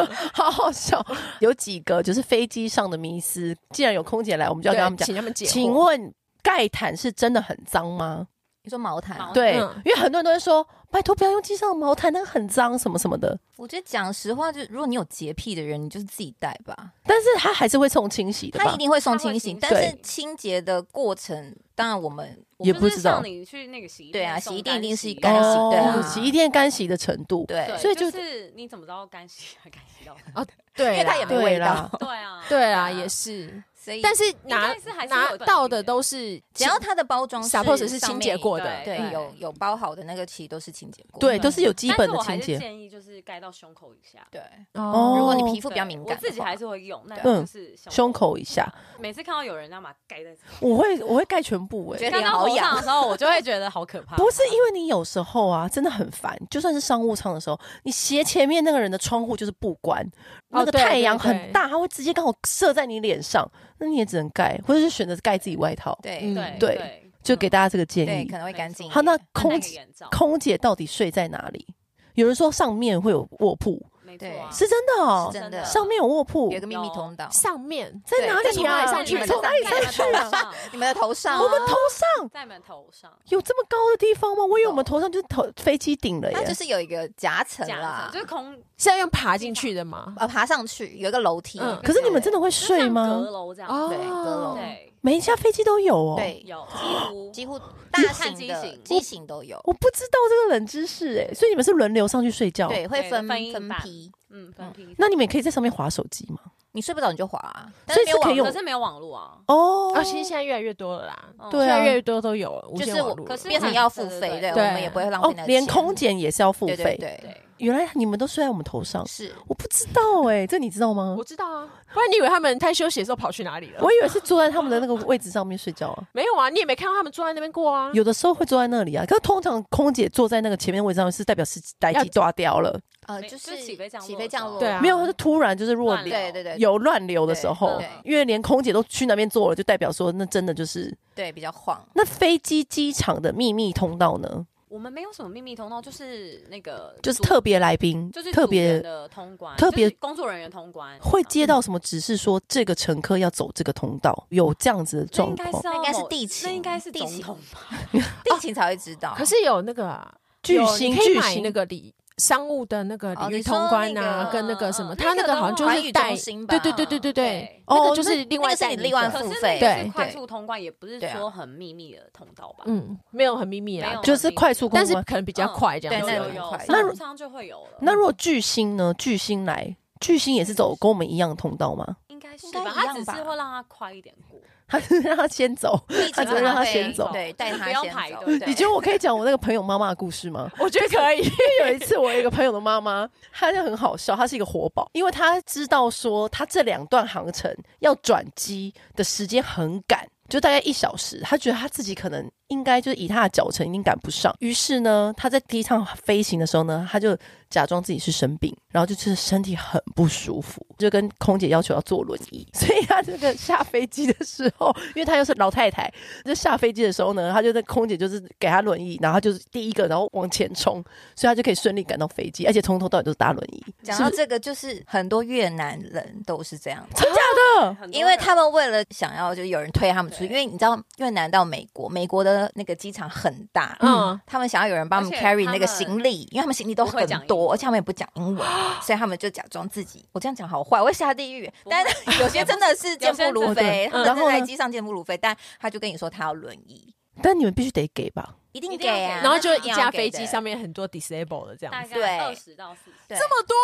Speaker 1: <laughs> 好好笑。有几个就是飞机上的迷思，既然有空姐来，我们就要
Speaker 2: 对
Speaker 1: 跟他们讲。
Speaker 2: 请他们解惑。
Speaker 1: 请问盖毯是真的很脏吗？
Speaker 3: 你说毛毯啊？
Speaker 4: 毛
Speaker 1: 对，
Speaker 2: 嗯
Speaker 1: 因为很多人都会说，拜托不要用机上的毛毯，那个很脏什么什么的。
Speaker 3: 我觉得讲实话，就如果你有洁癖的人，你就是自己带吧。
Speaker 1: 但是他还是会送清洗的
Speaker 3: 他
Speaker 1: 吧
Speaker 3: 一？定会送
Speaker 4: 他会
Speaker 3: 清
Speaker 4: 清
Speaker 3: 醒，
Speaker 4: 洗
Speaker 3: 但是清洁的过程，当然我们我
Speaker 1: 也
Speaker 3: 们
Speaker 4: 就
Speaker 1: 不
Speaker 4: 是
Speaker 1: 知道
Speaker 4: 像你去那个洗衣店
Speaker 3: 对啊
Speaker 4: 送
Speaker 3: 洗衣店一定是
Speaker 4: 干洗
Speaker 3: 干洗对啊
Speaker 1: 洗衣店哦干洗的程度，
Speaker 3: 对
Speaker 4: 对，
Speaker 1: 所以就
Speaker 4: 就是你怎么知道干洗还干洗到？
Speaker 2: 对啦，
Speaker 3: 因为他也没
Speaker 1: 对
Speaker 3: 味
Speaker 1: 啦
Speaker 3: 道，
Speaker 4: 对啊，
Speaker 2: 对啊，也是，
Speaker 3: 所以
Speaker 2: 但是
Speaker 4: 应
Speaker 2: 拿
Speaker 4: 该是还是会
Speaker 2: 拿
Speaker 4: 有段
Speaker 2: 到
Speaker 4: 距离
Speaker 2: 的都是
Speaker 3: 只要它的包装
Speaker 2: 小 pose 是清洁过的，
Speaker 4: 上面
Speaker 3: 对有有包好的那个，其实都是清洁过的。
Speaker 1: 对，都是有基本的清
Speaker 4: 但是我还是
Speaker 1: 洁。
Speaker 4: 建议就是盖到胸口以下。
Speaker 3: 对，
Speaker 1: 哦
Speaker 3: 如果你皮肤比较敏
Speaker 4: 对
Speaker 3: 感的
Speaker 4: 我
Speaker 3: 话，
Speaker 4: 自己还是会用，那
Speaker 1: 对
Speaker 4: 就是
Speaker 1: 胸口以下，
Speaker 4: 每次看到有人要把它盖在，
Speaker 1: 我会我会盖全部哎、
Speaker 3: 觉得
Speaker 4: 盖
Speaker 3: 脸
Speaker 4: 到
Speaker 3: 好
Speaker 4: 头上
Speaker 3: 痒
Speaker 4: 的。时候，我就会觉得好可怕。
Speaker 1: 不是因为你有时候啊，真的很烦。就算是商务舱的时候，你斜前面那个人的窗户就是不关，
Speaker 3: 哦
Speaker 1: 那个
Speaker 2: 对
Speaker 1: 太阳
Speaker 2: 对对
Speaker 1: 很大，它会直接刚好射在你脸上，那你也只能盖，或者是选择盖自己外套。
Speaker 3: 对
Speaker 2: 嗯
Speaker 4: 对
Speaker 1: 对就给大家这个建
Speaker 3: 对，
Speaker 1: 议
Speaker 3: 可。能会干净一点。
Speaker 1: 好，那
Speaker 4: 戴
Speaker 1: 空
Speaker 4: 个
Speaker 1: 姐
Speaker 4: 眼罩，
Speaker 1: 空姐到底睡在哪里？有人说上面会有卧铺，
Speaker 4: 没没错啊，
Speaker 1: 是真的哦
Speaker 3: 是，真的
Speaker 1: 上面有卧铺
Speaker 3: 有一，个秘密通道，
Speaker 2: 上面
Speaker 1: 在哪
Speaker 3: 对
Speaker 1: 里啊？
Speaker 4: 在
Speaker 1: 你
Speaker 4: 你
Speaker 1: 们
Speaker 4: 们
Speaker 1: 从
Speaker 4: 的
Speaker 1: 哪里上去啊？
Speaker 4: 上，
Speaker 3: 你们的头上啊，
Speaker 1: 我们头上
Speaker 4: 在你们头上，
Speaker 1: 有这么高的地方吗？我以为我们头上就是头飞机顶了
Speaker 3: 它就
Speaker 1: 耶。
Speaker 3: 是有一个夹层
Speaker 4: 夹
Speaker 3: 啦
Speaker 4: 层，就是空，
Speaker 2: 是要用爬进去的吗？
Speaker 3: 呃，爬上去有一个楼梯
Speaker 2: 嗯，
Speaker 1: 可是你们真的会
Speaker 4: 就是
Speaker 1: 睡
Speaker 4: 像
Speaker 1: 吗
Speaker 4: 阁？楼这样，
Speaker 2: 哦
Speaker 3: 对阁楼
Speaker 4: 对，
Speaker 1: 每一架飞机都有哦。
Speaker 3: 对，
Speaker 4: 有几乎
Speaker 3: 几乎大型
Speaker 4: 机
Speaker 3: 的
Speaker 4: 型
Speaker 3: 机型都有，
Speaker 1: 我不知道这个冷知识哎，所以你们是轮流上去睡觉。
Speaker 3: 对，会
Speaker 4: 对
Speaker 3: 分
Speaker 4: 分一
Speaker 3: 分
Speaker 4: 半
Speaker 3: 批，
Speaker 4: 嗯，分批。
Speaker 1: 那你们也可以在上面划手机吗？
Speaker 3: 你睡不着你就滑啊，
Speaker 1: 所以
Speaker 3: 但没有
Speaker 1: 是可以
Speaker 3: 网
Speaker 1: 用
Speaker 4: 可是没有网络啊，
Speaker 1: 哦，
Speaker 2: 啊，其实现在越来越多了啦，
Speaker 4: 嗯
Speaker 1: 对啊
Speaker 2: 现在越来越多都有了无
Speaker 3: 就
Speaker 2: 线
Speaker 3: 是
Speaker 2: 网
Speaker 3: 我
Speaker 2: 络了。
Speaker 4: 可是
Speaker 3: 变成要付费，
Speaker 4: 对对
Speaker 3: 对，我
Speaker 2: 对
Speaker 3: 们也不会浪费
Speaker 1: 哦
Speaker 3: 那个，
Speaker 1: 连
Speaker 3: 钱
Speaker 1: 空姐也是要付
Speaker 3: 对对
Speaker 1: 费。
Speaker 3: 对，
Speaker 4: 对，
Speaker 1: 原来你们都睡在我们头上，
Speaker 3: 是
Speaker 1: 我不知道哎，这你知道吗
Speaker 2: 我？知道啊，
Speaker 3: 嗯
Speaker 2: 不然你以为他们太休息的时候跑去哪里了？
Speaker 1: 我以为是坐在他们的那个位置上面睡觉啊，
Speaker 3: <laughs>
Speaker 2: 没有啊，你也没看到他们坐在那边过啊。
Speaker 1: 有的时候会坐在那里啊。可是通常空姐坐在那个前面位置上面是代表是待机抓掉了，
Speaker 3: 呃，
Speaker 4: 没
Speaker 3: 就
Speaker 4: 就是
Speaker 3: 是
Speaker 4: 起飞降落
Speaker 3: 起
Speaker 4: 的
Speaker 3: 飞
Speaker 4: 时
Speaker 3: 降
Speaker 4: 候
Speaker 3: 落，
Speaker 2: 对啊
Speaker 1: 没有，它是突然就是弱
Speaker 4: 乱
Speaker 1: 流
Speaker 4: 流，
Speaker 3: 对对对，
Speaker 1: 有乱流的时候
Speaker 4: 对，
Speaker 1: 因为连空姐都去那边坐了，就代表说那真的就是
Speaker 3: 对比较晃，
Speaker 1: 那飞机机场的秘密通道呢，
Speaker 4: 我们没有什么秘密通道，就是那个
Speaker 1: 就是
Speaker 4: 组
Speaker 1: 特别来宾，
Speaker 4: 就是
Speaker 1: 特
Speaker 4: 组
Speaker 1: 别
Speaker 4: 员的通关，
Speaker 1: 特别
Speaker 4: 就是工作人员通关
Speaker 1: 会接到什么指示说这个乘客要走这个通道，有这样子的
Speaker 4: 那
Speaker 1: 状
Speaker 4: 应该
Speaker 1: 况
Speaker 4: 是。要
Speaker 3: 那应该是
Speaker 4: 某
Speaker 3: 地勤
Speaker 4: 那应该是
Speaker 3: 地
Speaker 4: 总
Speaker 3: 勤
Speaker 4: 统吧？
Speaker 3: 地勤才会知道。
Speaker 2: 可是有那个啊
Speaker 1: 巨
Speaker 2: 有
Speaker 1: 星
Speaker 2: 你可以
Speaker 1: 巨
Speaker 2: 买
Speaker 1: 星
Speaker 2: 那个礼商务的那个
Speaker 3: 哦
Speaker 2: 礼遇
Speaker 3: 你说
Speaker 2: 通关
Speaker 3: 那
Speaker 2: 啊，
Speaker 3: 个呃
Speaker 2: 跟那个什么，
Speaker 4: 嗯
Speaker 2: 他那个好像就
Speaker 3: 那个
Speaker 2: 是
Speaker 3: 的话
Speaker 2: 带
Speaker 3: 寰宇中心吧
Speaker 2: 对对对对对对
Speaker 4: 对，
Speaker 1: 哦
Speaker 2: 那个就是另
Speaker 3: 那
Speaker 2: 外
Speaker 3: 个是
Speaker 2: 带
Speaker 3: 你
Speaker 2: 你
Speaker 3: 另外
Speaker 2: 的
Speaker 3: 付
Speaker 4: 呃可是
Speaker 3: 费
Speaker 4: 那个
Speaker 2: 对
Speaker 4: 是快
Speaker 1: 对
Speaker 4: 速通关，也不是
Speaker 3: 对啊
Speaker 4: 说很秘密的通道吧？嗯
Speaker 2: 嗯，没有很秘密
Speaker 4: 没有
Speaker 2: 啊，
Speaker 1: 就是快速公
Speaker 2: 但是
Speaker 1: 关。
Speaker 2: 可能比较快这
Speaker 3: 嗯对
Speaker 2: 样子而
Speaker 3: 那
Speaker 4: 有有
Speaker 3: 个
Speaker 2: 已。
Speaker 4: 有，
Speaker 3: 快
Speaker 1: 那
Speaker 4: 上
Speaker 1: 如
Speaker 4: 路上就会有了。
Speaker 1: 那如果巨星呢？巨星来，巨星也是走跟我们一样的通道吗？
Speaker 4: 应该是
Speaker 3: 应该
Speaker 4: 吧？
Speaker 3: 一
Speaker 4: 他
Speaker 3: 样
Speaker 4: 只
Speaker 3: 吧
Speaker 4: 是会让他快一点过，
Speaker 1: 还是让他先走？
Speaker 3: 地勤
Speaker 1: 他只会让他先走
Speaker 3: 对，带他
Speaker 4: 不用
Speaker 3: 先
Speaker 4: 排
Speaker 3: 走
Speaker 4: 队。对
Speaker 1: 你觉得我可以讲我那个朋友妈妈的故事吗？
Speaker 2: 我觉得可以，
Speaker 1: 因为有一次，我有一个朋友的妈妈，她就很好笑，她是一个活宝，因为她知道说她这两段航程要转机的时间很赶，就大概一小时，她觉得她自己可能应该就是以她的脚程一定赶不上，于是呢，她在第一趟飞行的时候呢，她就假装自己是生病，然后就是身体很不舒服，就跟空姐要求要坐轮椅， <laughs> 所以她这个下飞机的时候，因为她又是老太太，就下飞机的时候呢，她就那空姐就是给她轮椅，然后她就是第一个，然后往前冲，所以她就可以顺利赶到飞机，而且从头到尾都是搭轮椅，
Speaker 3: 讲到这个，就是很多越南人都是这样，
Speaker 1: <laughs> 真假的？
Speaker 4: 很多
Speaker 3: 因为
Speaker 4: 人
Speaker 3: 他们为了想要，就有人推他们出去，因
Speaker 4: 对
Speaker 3: 为你知道越南到美国，美国的那个机场很大，
Speaker 2: 嗯，
Speaker 3: 他们想要有人帮他们
Speaker 4: 而且他们
Speaker 3: carry 那个行李，因为他们行李都
Speaker 4: 不会
Speaker 3: 很
Speaker 4: 讲英
Speaker 3: 多，
Speaker 4: 文
Speaker 3: 而且他们也不讲英文，所以他们就假装自己。我这样讲好坏，我会下地狱。
Speaker 4: 不会
Speaker 3: <laughs> 但
Speaker 4: <laughs>
Speaker 3: 是有些真的是健步如
Speaker 4: 有些真的
Speaker 3: 飞，
Speaker 1: 嗯
Speaker 3: 他们
Speaker 1: 然
Speaker 3: 真
Speaker 1: 后
Speaker 3: 的
Speaker 1: 呢
Speaker 3: 在机上健步如飞，但他就跟你说他要轮椅，
Speaker 1: 但你们必须得给吧？
Speaker 3: 一定
Speaker 4: 一
Speaker 3: 给
Speaker 4: 定要
Speaker 3: 啊。
Speaker 4: 给
Speaker 2: 然后就
Speaker 3: 那
Speaker 2: 一架飞机上
Speaker 3: 面
Speaker 2: 面很多 disable 的这样
Speaker 4: 大
Speaker 2: 子，
Speaker 4: 概
Speaker 3: 对
Speaker 4: 二十到四十，
Speaker 3: 这
Speaker 2: 么多，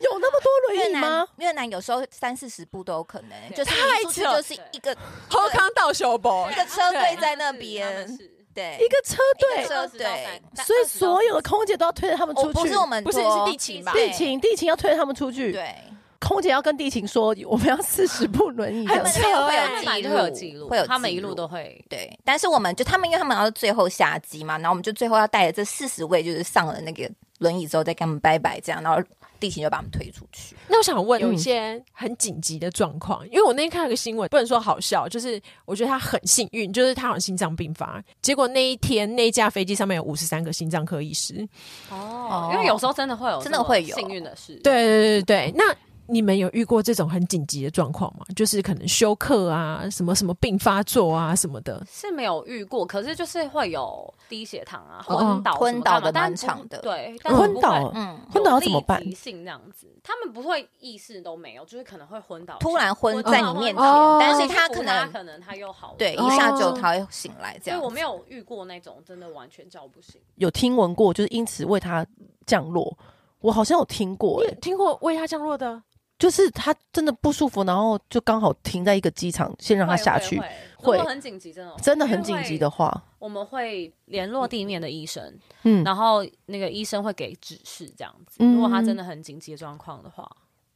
Speaker 1: 有那么多
Speaker 3: 越
Speaker 1: 轮椅
Speaker 3: 南
Speaker 1: 吗？
Speaker 3: 越南有时候三四十步都有可能，
Speaker 4: 对
Speaker 3: 就是
Speaker 2: 太
Speaker 3: 一出去
Speaker 2: 扯
Speaker 3: 就是一个
Speaker 2: 后康到修博
Speaker 3: 一，个车队
Speaker 4: 对
Speaker 3: 在那
Speaker 4: 他们是
Speaker 3: 边
Speaker 4: 他们是
Speaker 3: 对
Speaker 1: 一。个车
Speaker 3: 一
Speaker 1: 队，
Speaker 3: 个
Speaker 4: 二十到三
Speaker 3: 对
Speaker 4: 但
Speaker 1: 所以
Speaker 4: 20到
Speaker 1: 所有的空姐都要推着他们出
Speaker 3: 哦，
Speaker 1: 去。
Speaker 3: 不是我们
Speaker 2: 不是
Speaker 3: 拖
Speaker 2: 是地勤吧？
Speaker 3: 对
Speaker 1: 地勤，地勤要推着他们出去。
Speaker 3: 对，
Speaker 1: 空姐要跟地勤说，我们要四十部轮椅这
Speaker 3: 他
Speaker 1: 样
Speaker 3: 们
Speaker 1: 子。
Speaker 3: 那个会
Speaker 4: 他们买
Speaker 3: 有记
Speaker 4: 就
Speaker 3: 录，
Speaker 4: 会有记录，
Speaker 3: 会有
Speaker 4: 他们
Speaker 3: 记
Speaker 4: 一路都会。
Speaker 3: 对，但是我们就他们，因为他们要最后下机嘛，然后我们就最后要带着这四十位，就是上了那个轮椅之后再跟他们拜拜，这样，然后地勤就把他们推出去。
Speaker 2: 那我想问，
Speaker 1: 嗯
Speaker 2: 有一些很紧急的状况，因为我那天看了个新闻，不能说好笑，就是我觉得他很幸运，就是他好像心脏病发，结果那一天那一架飞机上面有五十三个心脏科医师。
Speaker 4: 哦因为有时候真的会有
Speaker 3: 真
Speaker 4: 这
Speaker 3: 的
Speaker 4: 么
Speaker 3: 会有
Speaker 4: 幸运的事，
Speaker 2: 对对对对，那你们有遇过这种很紧急的状况吗？就是可能休克啊，什么什么病发作啊什么的。
Speaker 4: 是没有遇过，可是就是会有低血糖啊、
Speaker 2: 哦
Speaker 4: 昏倒、
Speaker 3: 昏倒的
Speaker 4: 但
Speaker 3: 蛮
Speaker 4: 不
Speaker 3: 长的
Speaker 4: 对，但
Speaker 1: 昏
Speaker 4: 不会
Speaker 1: 倒，
Speaker 3: 嗯，
Speaker 1: 昏倒要怎么办
Speaker 4: 有立即性那样子，他们不会意识都没有，就是可能会昏倒，
Speaker 3: 突然昏
Speaker 4: 倒
Speaker 3: 在你面前，
Speaker 2: 哦
Speaker 3: 但
Speaker 4: 或
Speaker 3: 是
Speaker 4: 者
Speaker 3: 他
Speaker 4: 扶
Speaker 3: 可
Speaker 4: 他
Speaker 3: 能
Speaker 4: 可能他又好了
Speaker 3: 对
Speaker 2: 哦
Speaker 3: 一下就他会醒来这
Speaker 4: 所以
Speaker 3: 样
Speaker 4: 我。没有遇过那种真的完全叫
Speaker 1: <laughs>
Speaker 4: 不醒，
Speaker 1: 有听闻过，就是因此为他降落。我好像有听过、
Speaker 2: 你
Speaker 1: 欸，
Speaker 2: 有听过为他降落的？
Speaker 1: 就是他真的不舒服，然后就刚好停在一个机场，先让他
Speaker 4: 会
Speaker 1: 下去。，
Speaker 4: 会
Speaker 1: 会
Speaker 4: 如果很紧急，真的
Speaker 1: 真的很紧急的，
Speaker 4: 因为
Speaker 1: 话，
Speaker 4: 我们会联络地面的医生，
Speaker 1: 嗯，
Speaker 4: 然后那个医生会给指示这样子。
Speaker 1: 嗯
Speaker 4: 如果他真的很紧急的状况的话，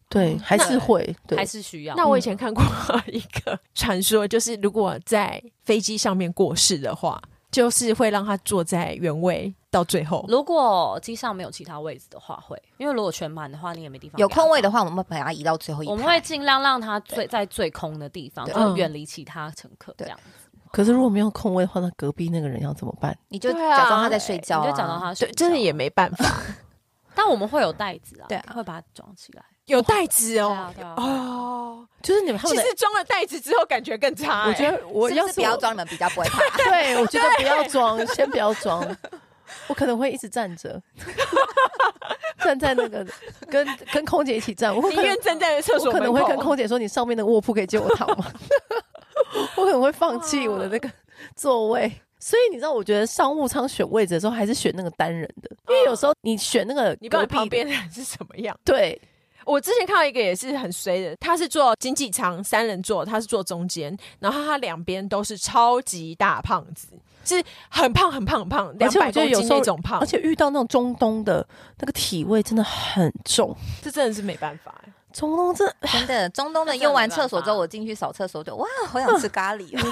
Speaker 1: 对，还是会，对
Speaker 4: 还，是需
Speaker 1: 嗯
Speaker 4: 要。嗯
Speaker 2: 那我以前看过一个传说，就是如果在飞机上面过世的话，就是会让他坐在原位到最后。
Speaker 4: 如果机上没有其他位置的话，会，因为如果全满的话，你也没地方。
Speaker 3: 有空位的，话，我们会把他移到最后一排。
Speaker 4: 我们会尽量让他最在最空的地方，
Speaker 3: 对
Speaker 4: 就是远离其他乘客这
Speaker 3: 对
Speaker 4: 样。
Speaker 1: 可是如果没有空位的话，那隔壁那个人要怎么办？
Speaker 3: 你就
Speaker 2: 对啊
Speaker 3: 假装他在睡觉、
Speaker 4: 你
Speaker 3: 啊，
Speaker 4: 就讲到他睡
Speaker 2: 对，
Speaker 4: 着 <laughs>
Speaker 2: 真的也没办法。
Speaker 4: 但我们会有袋子啊，
Speaker 3: 对啊
Speaker 4: 会把它装起来。
Speaker 2: 有袋子
Speaker 4: 对
Speaker 2: 哦
Speaker 4: 啊，对啊
Speaker 2: 哦，
Speaker 1: 就是你们他
Speaker 2: 其
Speaker 1: 们的，
Speaker 2: 实装了袋子之后感觉更差、欸。
Speaker 1: 我觉得我
Speaker 3: 是
Speaker 1: 要
Speaker 3: 不是不要
Speaker 1: 我
Speaker 3: 装，你们比较不会怕。
Speaker 1: 对我觉得不要装，先不要装，我可能会一直站着，站在那个跟跟空姐一起站，我会
Speaker 2: 宁
Speaker 1: 可能
Speaker 2: 愿站在厕
Speaker 1: 我
Speaker 2: 所
Speaker 1: 可
Speaker 2: 门
Speaker 1: 能
Speaker 2: 口，
Speaker 1: 会跟空姐说：“你上面那个卧铺可以借我躺吗？” <laughs> 我可能会放弃我的那个座位。所以你知道，我觉得商务舱选位置的时候，还是选那个单人的，因为有时候你选那个
Speaker 2: 你不知
Speaker 1: 隔
Speaker 2: 道你旁
Speaker 1: 壁的，
Speaker 2: 边的人是什么样。
Speaker 1: 对，
Speaker 2: 我之前看到一个也是很衰的，他是坐经济舱三人座，他是坐中间，然后他两边都是超级大胖子，是很胖很胖很胖，
Speaker 1: 而
Speaker 2: 两
Speaker 1: 且我
Speaker 2: 百
Speaker 1: 觉得
Speaker 2: 公
Speaker 1: 有
Speaker 2: 斤
Speaker 1: 时候
Speaker 2: 那种胖
Speaker 1: 而，且遇到那种中东的那个体味真的很重，
Speaker 2: 这真的是没办法、欸。
Speaker 1: 中东真的
Speaker 3: 真的，中东的用完厕所之后，我进去扫厕所，就哇，好想吃咖喱哦。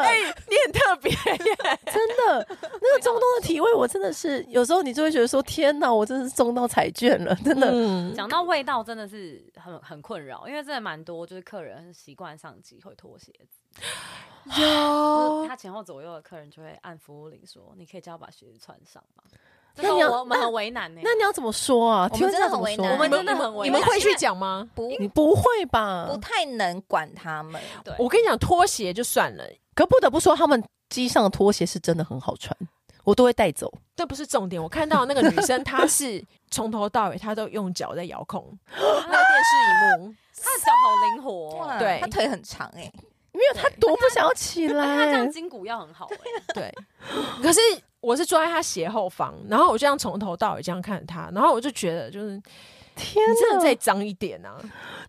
Speaker 2: 哎、你很特别耶，
Speaker 1: 真的那个中东的体味，我真的是有时候你就会觉得说：“天哪，我真的是中到彩券了！”真的，
Speaker 2: <laughs> 嗯，
Speaker 4: 讲到味道，真的是很很困扰，因为真的蛮多，就是客人习惯上机会脱鞋子，就是
Speaker 2: 有
Speaker 4: 他前后左右的客人就会按服务铃说：“你可以叫我把鞋子穿上吗？”
Speaker 1: 那
Speaker 4: 这
Speaker 1: 你要
Speaker 4: 时候我我们很为难呢、
Speaker 1: 那你要怎么说啊？
Speaker 3: 我
Speaker 1: 听
Speaker 3: 们
Speaker 1: 问
Speaker 3: 真
Speaker 1: 这
Speaker 3: 的
Speaker 1: 样怎
Speaker 3: 很
Speaker 1: 么
Speaker 3: 为
Speaker 1: 说？
Speaker 3: 难，
Speaker 2: 我们
Speaker 4: 真的很为
Speaker 2: 你
Speaker 4: 难
Speaker 2: 们会
Speaker 4: 因
Speaker 2: 去
Speaker 4: 为
Speaker 2: 讲吗？
Speaker 3: 不
Speaker 1: 你不会吧？
Speaker 3: 不太能管他们。
Speaker 4: 对，
Speaker 2: 我跟你讲，拖鞋就算了，
Speaker 1: 可不得不说，他们机上的拖鞋是真的很好穿，我都会带走。
Speaker 2: 这不是重点。我看到那个女生，她是从头到尾她都用脚在遥控那个电视荧幕，
Speaker 4: 他的脚好灵活、哦，
Speaker 3: 哇
Speaker 2: 对
Speaker 3: 他腿很长哎，
Speaker 1: 没有，他多不想要起
Speaker 4: 他这
Speaker 1: 来
Speaker 4: 样。筋骨要很好哎、
Speaker 2: 对。可是我是坐在她斜后方，然后我就这样从头到尾这样看着她，然后我就觉得就是你
Speaker 1: 天
Speaker 2: 真的再
Speaker 1: 哪！
Speaker 2: 脏一点啊！